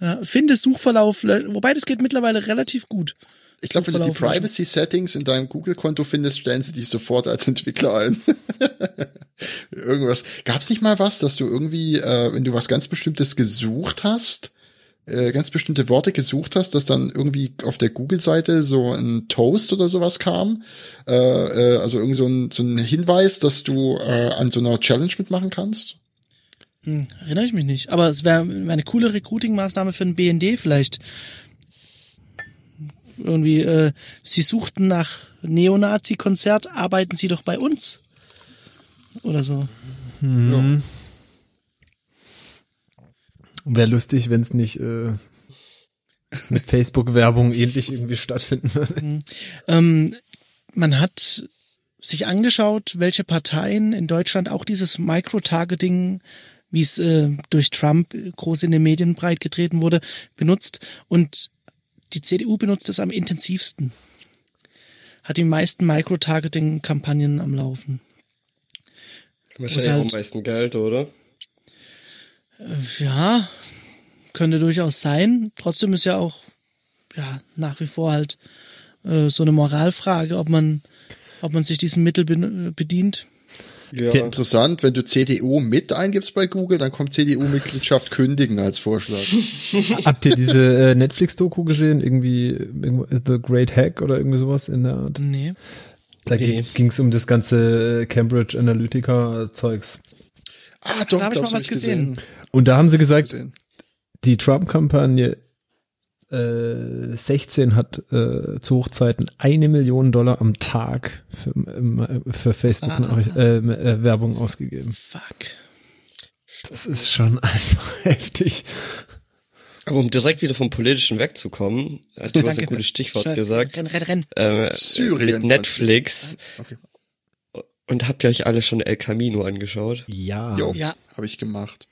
Speaker 3: Ja, finde Suchverlauf, lö- wobei das geht mittlerweile relativ gut.
Speaker 2: Ich glaube, wenn du die
Speaker 3: Suchverlauf löschen.
Speaker 2: Privacy Settings in deinem Google-Konto findest, stellen sie dich sofort als Entwickler ein. Irgendwas. Gab es nicht mal was, dass du irgendwie, äh, wenn du was ganz Bestimmtes gesucht hast, äh, ganz bestimmte Worte gesucht hast, dass dann irgendwie auf der Google-Seite so ein Toast oder sowas kam? Äh, äh, also irgend so ein, so ein Hinweis, dass du äh, an so einer Challenge mitmachen kannst?
Speaker 3: Hm, erinnere ich mich nicht. Aber es wäre wär eine coole Recruiting-Maßnahme für den BND vielleicht. Irgendwie, äh, sie suchten nach Neonazi-Konzert, arbeiten sie doch bei uns. Oder so.
Speaker 2: Ja.
Speaker 1: Wäre lustig, wenn es nicht äh, mit Facebook-Werbung ähnlich irgendwie stattfinden würde.
Speaker 3: Ähm, man hat sich angeschaut, welche Parteien in Deutschland auch dieses Microtargeting, wie es äh, durch Trump groß in den Medien breitgetreten wurde, benutzt. Und die CDU benutzt es am intensivsten. Hat die meisten Microtargeting-Kampagnen am Laufen.
Speaker 4: Wahrscheinlich
Speaker 3: halt-
Speaker 4: auch am meisten Geld, oder?
Speaker 3: Äh, Ja, könnte durchaus sein. Trotzdem ist ja auch ja, nach wie vor halt äh, so eine Moralfrage, ob man, ob man sich diesen Mittel ben- äh, bedient.
Speaker 4: Ja.
Speaker 2: Ja. Interessant, wenn du CDU mit eingibst bei Google, dann kommt CDU-Mitgliedschaft kündigen als Vorschlag.
Speaker 1: Habt ihr diese äh, Netflix-Doku gesehen? Irgendwie äh, The Great Hack oder irgendwie sowas in der Art?
Speaker 3: Nee.
Speaker 1: Da
Speaker 4: Nee.
Speaker 1: ging es um das ganze Cambridge Analytica-Zeugs.
Speaker 2: Ah, doch,
Speaker 3: Da hab ich
Speaker 2: glaub's,
Speaker 3: mal was gesehen.
Speaker 1: Und da haben sie gesagt,
Speaker 2: gesehen.
Speaker 1: die Trump-Kampagne äh, 16 hat äh, zu Hochzeiten eine Million Dollar am Tag für, ähm, für Facebook-Werbung äh, Werbung ausgegeben.
Speaker 3: Fuck.
Speaker 1: Das ist schon einfach heftig.
Speaker 4: Aber um direkt wieder vom Politischen wegzukommen, äh, du hast ein gutes Stichwort
Speaker 3: Schnell.
Speaker 4: gesagt,
Speaker 3: Renn, renn, renn.
Speaker 4: äh,
Speaker 2: Syrien.
Speaker 4: mit Netflix.
Speaker 1: ne?
Speaker 2: Okay.
Speaker 4: Und habt ihr euch alle schon El Camino angeschaut?
Speaker 1: Ja.
Speaker 2: Jo,
Speaker 3: Ja.
Speaker 2: habe ich gemacht.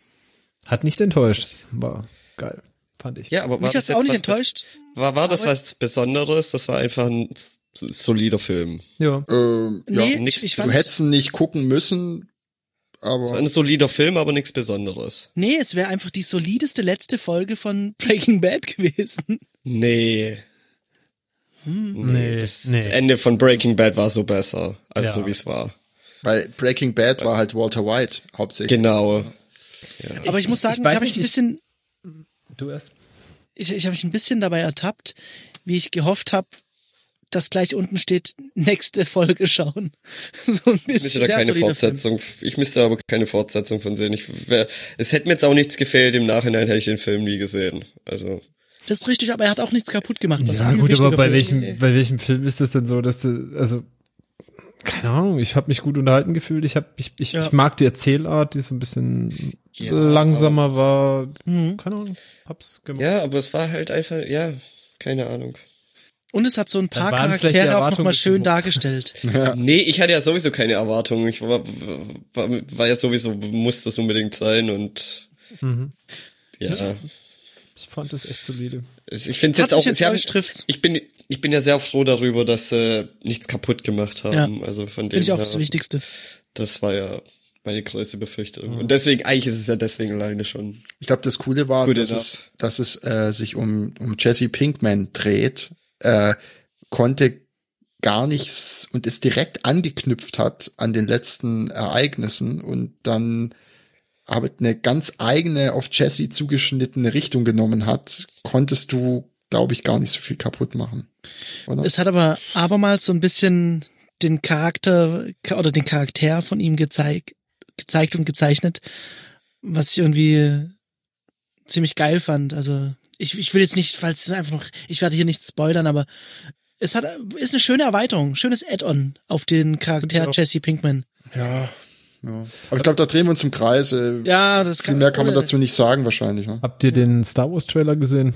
Speaker 1: Hat nicht enttäuscht. War geil, fand ich.
Speaker 4: Ja, aber war
Speaker 3: Mich hat's
Speaker 4: das jetzt
Speaker 3: auch nicht
Speaker 4: was
Speaker 3: enttäuscht.
Speaker 4: Bes- War, war das
Speaker 3: Aber-
Speaker 4: was Besonderes? Das war einfach ein s- solider Film.
Speaker 1: Ja.
Speaker 2: Ähm, ja,
Speaker 3: nee,
Speaker 4: nix
Speaker 3: ich, ich
Speaker 2: du
Speaker 4: zu
Speaker 3: fand,
Speaker 2: hättest ihn nicht gucken müssen,
Speaker 4: Es
Speaker 2: aber
Speaker 4: war ein solider Film, aber nichts Besonderes.
Speaker 3: nee, es wäre einfach die solideste letzte Folge von Breaking Bad gewesen.
Speaker 4: Nee.
Speaker 3: Hm.
Speaker 1: Nee,
Speaker 4: das,
Speaker 1: nee.
Speaker 4: das Ende von Breaking Bad war so besser, als
Speaker 1: Ja.
Speaker 4: so wie es war.
Speaker 2: bei Breaking Bad war halt Walter White hauptsächlich.
Speaker 4: Genau.
Speaker 3: Aber ich muss sagen, ich,
Speaker 1: weiß
Speaker 3: habe mich
Speaker 1: nicht,
Speaker 3: ein
Speaker 1: ich-
Speaker 3: bisschen,
Speaker 1: Du erst.
Speaker 3: ich, ich habe mich ein bisschen dabei ertappt, wie ich gehofft habe, dass gleich unten steht nächste Folge schauen. So ein
Speaker 4: Ich müsste
Speaker 3: bisschen
Speaker 4: da
Speaker 3: sehr
Speaker 4: keine
Speaker 3: solider
Speaker 4: Fortsetzung, ich müsste da aber keine Fortsetzung von sehen. Ich, wär, es hätte mir jetzt auch nichts gefehlt, im Nachhinein hätte ich den Film nie gesehen. Also,
Speaker 3: Film. Das ist richtig, aber er hat auch nichts kaputt gemacht. was
Speaker 1: Ja,
Speaker 3: viel
Speaker 1: gut,
Speaker 3: wichtiger
Speaker 1: aber bei
Speaker 3: für-
Speaker 1: welchem, bei welchem Film ist das denn so, dass du, also, keine Ahnung, ich habe mich gut unterhalten gefühlt. Ich, hab, ich, ich,
Speaker 3: Ja.
Speaker 1: ich mag die Erzählart, die so ein bisschen
Speaker 4: Ja.
Speaker 1: langsamer war. Keine Ahnung, hab's gemacht.
Speaker 4: ja, aber es war halt einfach, ja, keine Ahnung.
Speaker 3: Und es hat so ein paar
Speaker 1: waren vielleicht die
Speaker 3: Charaktere auch
Speaker 1: Erwartungen
Speaker 3: nochmal schön
Speaker 1: zu hoch.
Speaker 3: dargestellt.
Speaker 4: Nee, ich hatte ja sowieso keine Erwartungen. Ich war, war, war ja sowieso, muss das unbedingt sein und, ja.
Speaker 1: Ich fand das echt solide.
Speaker 4: Es- Ich finde
Speaker 3: Hat
Speaker 4: jetzt auch,
Speaker 3: mich
Speaker 4: sie haben,
Speaker 3: enttäuscht, trifft's.
Speaker 4: ich bin, ich bin ja sehr froh darüber, dass sie nichts kaputt gemacht haben. Also von dem
Speaker 3: Finde ich auch
Speaker 4: her,
Speaker 3: das Wichtigste.
Speaker 4: Das war ja meine größte Befürchtung.
Speaker 3: Mhm.
Speaker 4: Und deswegen, eigentlich ist es ja deswegen alleine schon.
Speaker 2: Ich glaube, das Coole war,
Speaker 4: Good
Speaker 2: dass
Speaker 4: enough.
Speaker 2: es, dass es äh, sich um, um Jesse Pinkman dreht, äh, konnte gar nichts und es direkt angeknüpft hat an den letzten Ereignissen und dann aber eine ganz eigene auf Jesse zugeschnittene Richtung genommen hat, konntest du, glaube ich, gar nicht so viel kaputt machen. Oder?
Speaker 3: Es hat aber abermals so ein bisschen den Charakter ka- oder den Charakter von ihm gezeigt, gezeigt und gezeichnet, was ich irgendwie ziemlich geil fand. Also ich, ich will jetzt nicht, falls es einfach noch, ich werde hier nichts spoilern, aber es hat ist eine schöne Erweiterung, schönes Add-on auf den Charakter
Speaker 1: Ja.
Speaker 3: Jesse Pinkman.
Speaker 2: ja, ja. Aber ich glaube, da drehen wir uns im Kreis. Äh,
Speaker 3: Ja, das
Speaker 2: viel mehr kann man
Speaker 3: ohne-
Speaker 2: dazu nicht sagen wahrscheinlich. Ne?
Speaker 1: Habt ihr den Star Wars Trailer gesehen?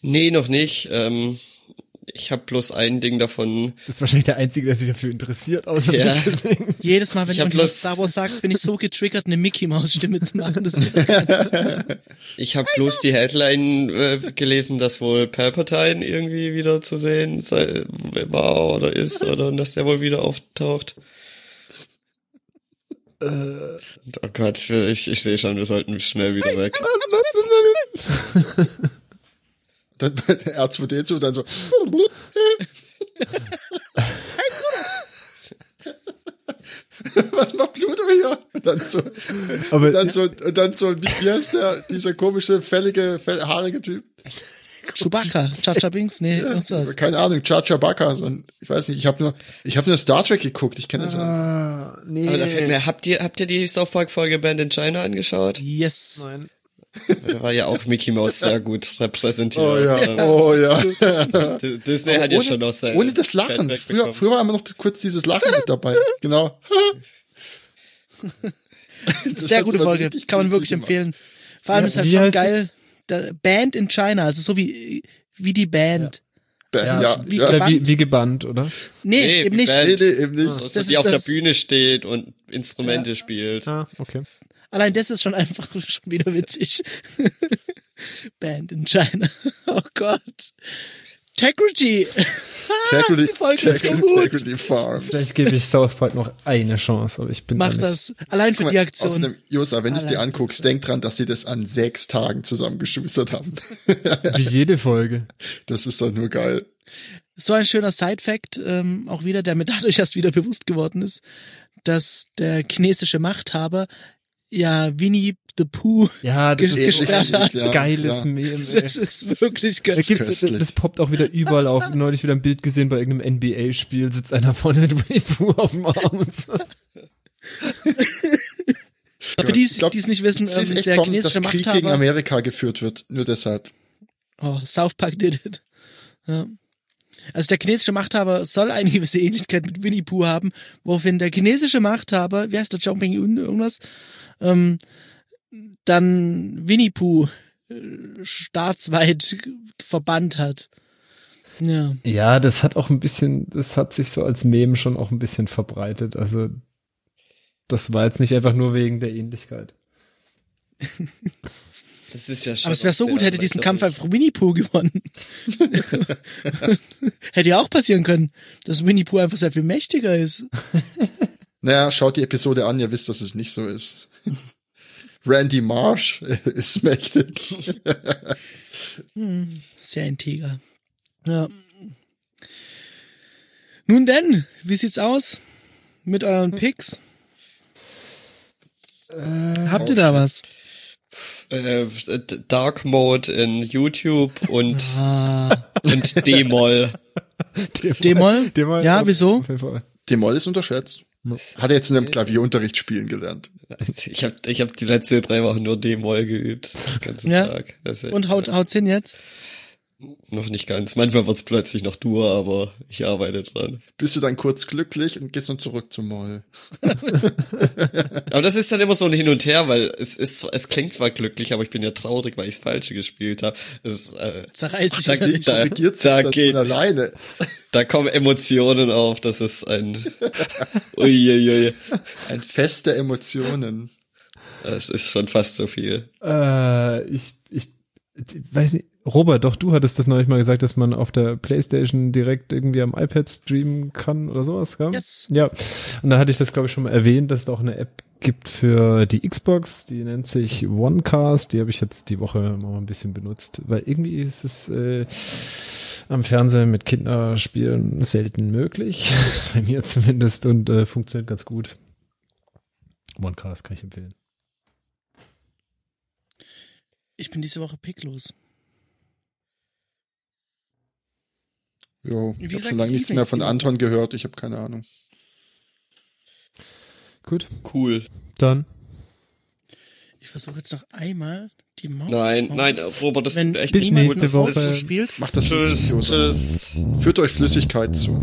Speaker 4: Nee, noch nicht. Ähm, ich habe bloß ein Ding davon.
Speaker 1: Bist wahrscheinlich der Einzige, der sich dafür interessiert, außer
Speaker 4: Ja.
Speaker 1: mich deswegen.
Speaker 3: Jedes Mal, wenn
Speaker 4: Ich hab
Speaker 3: jemand was
Speaker 4: bloß-
Speaker 3: Star Wars sagt, bin ich so getriggert, eine Mickey Maus Stimme zu machen. Das
Speaker 4: Ich habe bloß die Headline äh, gelesen, dass wohl Palpatine irgendwie wieder zu sehen sei, war oder ist oder und dass der wohl wieder auftaucht.
Speaker 2: Äh.
Speaker 4: Und, Oh Gott, ich, ich sehe schon, wir sollten schnell wieder weg.
Speaker 2: Dann der R2D2 und dann so. Was macht Pluto hier? Und dann so,
Speaker 1: Aber
Speaker 2: und dann so, und dann so, wie, wie heißt der, dieser komische, fällige, fäll, haarige Typ?
Speaker 3: Chewbacca, Chacha Binks, nee, und so was.
Speaker 2: Keine Ahnung, Chacha Baka, so ein, ich weiß nicht, ich habe nur, ich habe nur Star Trek geguckt, ich kenne das nicht.
Speaker 1: nee.
Speaker 4: Aber da fällt mir, habt ihr, habt ihr die South Park Folge Band in China angeschaut?
Speaker 3: Yes.
Speaker 1: Nein.
Speaker 4: Da war ja auch Mickey Mouse sehr gut repräsentiert.
Speaker 2: Oh ja, oh ja.
Speaker 4: D- Disney hat ja schon auch sein.
Speaker 2: ohne das Lachen.
Speaker 4: Feedback
Speaker 2: Früher,
Speaker 4: bekommen.
Speaker 2: früher war immer noch kurz dieses Lachen mit dabei. Genau. Das
Speaker 3: Sehr
Speaker 2: hat
Speaker 3: gute
Speaker 2: sowas
Speaker 3: Folge,
Speaker 2: richtig
Speaker 3: kann man
Speaker 2: cool
Speaker 3: wirklich
Speaker 2: gemacht.
Speaker 3: empfehlen. Vor allem
Speaker 1: Ja,
Speaker 3: ist halt
Speaker 1: wie
Speaker 3: schon
Speaker 1: heißt die?
Speaker 3: geil. Da, Band in China, also so wie, wie die Band.
Speaker 1: Ja,
Speaker 2: Ja, ja,
Speaker 3: wie-
Speaker 2: ja.
Speaker 1: Oder wie, wie gebannt, oder?
Speaker 3: Nee,
Speaker 4: Nee,
Speaker 3: eben
Speaker 4: die
Speaker 3: nicht.
Speaker 4: Band.
Speaker 2: Nee, nee, eben nicht.
Speaker 4: Also,
Speaker 3: Das
Speaker 4: die
Speaker 3: ist
Speaker 4: auf der
Speaker 3: das-
Speaker 4: Bühne steht und Instrumente spielt.
Speaker 1: Ah, okay.
Speaker 3: Allein das ist schon einfach schon wieder witzig. Band in China. Oh Gott. Tegrity.
Speaker 2: Integrity,
Speaker 3: Ah, die Folge ist so gut.
Speaker 2: Integrity Farms.
Speaker 1: Vielleicht gebe ich South Park noch eine Chance, aber ich bin da
Speaker 3: Mach
Speaker 1: nicht.
Speaker 3: das. Allein für
Speaker 2: Guck
Speaker 3: die
Speaker 2: mal,
Speaker 3: Aktion.
Speaker 2: Außerdem, Josa, wenn du es dir
Speaker 3: Allein.
Speaker 2: anguckst, denk dran, dass sie das an sechs Tagen zusammengeschustert haben.
Speaker 1: Wie jede Folge.
Speaker 2: Das ist doch nur geil.
Speaker 3: So ein schöner Side-Fact, ähm, auch wieder, der mir dadurch erst wieder bewusst geworden ist, dass der chinesische Machthaber ja Winnie the Pooh,
Speaker 1: Ja, das
Speaker 3: Ge-
Speaker 1: ist so
Speaker 3: gesperrt
Speaker 1: ein
Speaker 3: hat.
Speaker 2: Ja,
Speaker 1: geiles
Speaker 2: ja.
Speaker 1: Meme. ey.
Speaker 3: das ist wirklich geil.
Speaker 1: Da gibt's,
Speaker 2: köstlich.
Speaker 1: das poppt auch wieder überall auf. Neulich wieder ein Bild gesehen bei irgendeinem NBA-Spiel, sitzt einer vorne mit Winnie the Pooh auf dem Arm und so.
Speaker 3: Für die,
Speaker 2: Ich glaub,
Speaker 3: die es nicht wissen,
Speaker 2: Sie ist
Speaker 3: ähm,
Speaker 2: echt
Speaker 3: der
Speaker 2: kommen, dass
Speaker 3: chinesische
Speaker 2: Krieg gegen
Speaker 3: Machthaber.
Speaker 2: Amerika geführt wird. Nur deshalb.
Speaker 3: Oh, South Park did it. Ja. Also der chinesische Machthaber soll eine gewisse Ähnlichkeit mit Winnie Pooh haben, woraufhin der chinesische Machthaber, wie heißt der, Zhongping Yun irgendwas, ähm, dann Winnie Pooh äh, staatsweit verbannt hat. Ja.
Speaker 1: Ja, das hat auch ein bisschen, das hat sich so als Meme schon auch ein bisschen verbreitet. Also, das war jetzt nicht einfach nur wegen der Ähnlichkeit.
Speaker 4: Das ist ja schon
Speaker 3: Aber es wäre so
Speaker 4: auch
Speaker 3: gut,
Speaker 4: sehr
Speaker 3: hätte diesen
Speaker 4: weit
Speaker 3: Kampf
Speaker 4: dabei.
Speaker 3: einfach Winnie Pooh gewonnen. hätte ja auch passieren können, dass Winnie Pooh einfach sehr viel mächtiger ist.
Speaker 2: Naja, schaut die Episode an, ihr wisst, dass es nicht so ist. Randy Marsh ist mächtig.
Speaker 3: Sehr integer. Ja. Nun denn, wie sieht's aus mit euren Picks? Habt ihr da was?
Speaker 4: Äh, D- Dark Mode in YouTube und,
Speaker 3: Ah.
Speaker 4: und D-Moll.
Speaker 3: D-Moll?
Speaker 1: D-Moll,
Speaker 3: Ja,
Speaker 1: auf-
Speaker 3: wieso?
Speaker 1: auf jeden Fall.
Speaker 2: Demol ist unterschätzt. Hat er jetzt in einem Klavierunterricht spielen gelernt.
Speaker 4: Ich habe ich hab die letzten drei Wochen nur D-Moll geübt. Den ganzen
Speaker 3: Ja.
Speaker 4: Tag. Das ist-
Speaker 3: Und haut, haut's hin jetzt?
Speaker 4: Noch nicht ganz. Manchmal wird's plötzlich noch Dur, aber ich arbeite dran.
Speaker 2: Bist du dann kurz glücklich und gehst dann zurück zum Moll.
Speaker 4: Aber das ist dann immer so ein Hin und Her, weil es ist, zwar- es klingt zwar glücklich, aber ich bin ja traurig, weil ich's falsche gespielt habe. Äh,
Speaker 3: Zerreiß dich
Speaker 4: Da
Speaker 3: nicht.
Speaker 4: geht- Da-
Speaker 2: Regiert sich
Speaker 4: da
Speaker 2: dann
Speaker 4: geht-
Speaker 2: von alleine.
Speaker 4: da kommen Emotionen auf. Das ist ein. Uiuiui.
Speaker 2: Ein Fest der Emotionen.
Speaker 4: Das ist schon fast so viel.
Speaker 1: Äh, ich, ich weiß nicht. Robert, doch du hattest das neulich mal gesagt, dass man auf der Playstation direkt irgendwie am iPad streamen kann oder sowas, gell?
Speaker 3: Yes.
Speaker 1: Ja. Und da hatte ich das, glaube ich, schon mal erwähnt, dass es da auch eine App gibt für die Xbox, die nennt sich OneCast, die habe ich jetzt die Woche mal ein bisschen benutzt, weil irgendwie ist es äh, am Fernsehen mit Kinderspielen selten möglich, bei mir zumindest, und äh, funktioniert ganz gut. OneCast kann ich empfehlen.
Speaker 3: Ich bin diese Woche picklos.
Speaker 2: Jo, ich habe
Speaker 3: gesagt, das
Speaker 2: schon lange nichts
Speaker 3: liegt
Speaker 2: mehr
Speaker 3: nicht
Speaker 2: von
Speaker 3: so.
Speaker 2: Anton gehört. Ich habe keine Ahnung.
Speaker 1: Gut,
Speaker 4: Cool.
Speaker 1: dann
Speaker 3: Ich versuche jetzt noch einmal die Maus.
Speaker 4: Nein, nein, Robert, das
Speaker 3: Wenn
Speaker 4: ist echt
Speaker 1: bis
Speaker 4: nicht
Speaker 3: niemand
Speaker 1: nächste
Speaker 3: das
Speaker 1: Woche.
Speaker 3: so spielt.
Speaker 2: Macht das
Speaker 4: Tschüss,
Speaker 2: Josa.
Speaker 4: tschüss.
Speaker 2: Führt euch Flüssigkeit zu.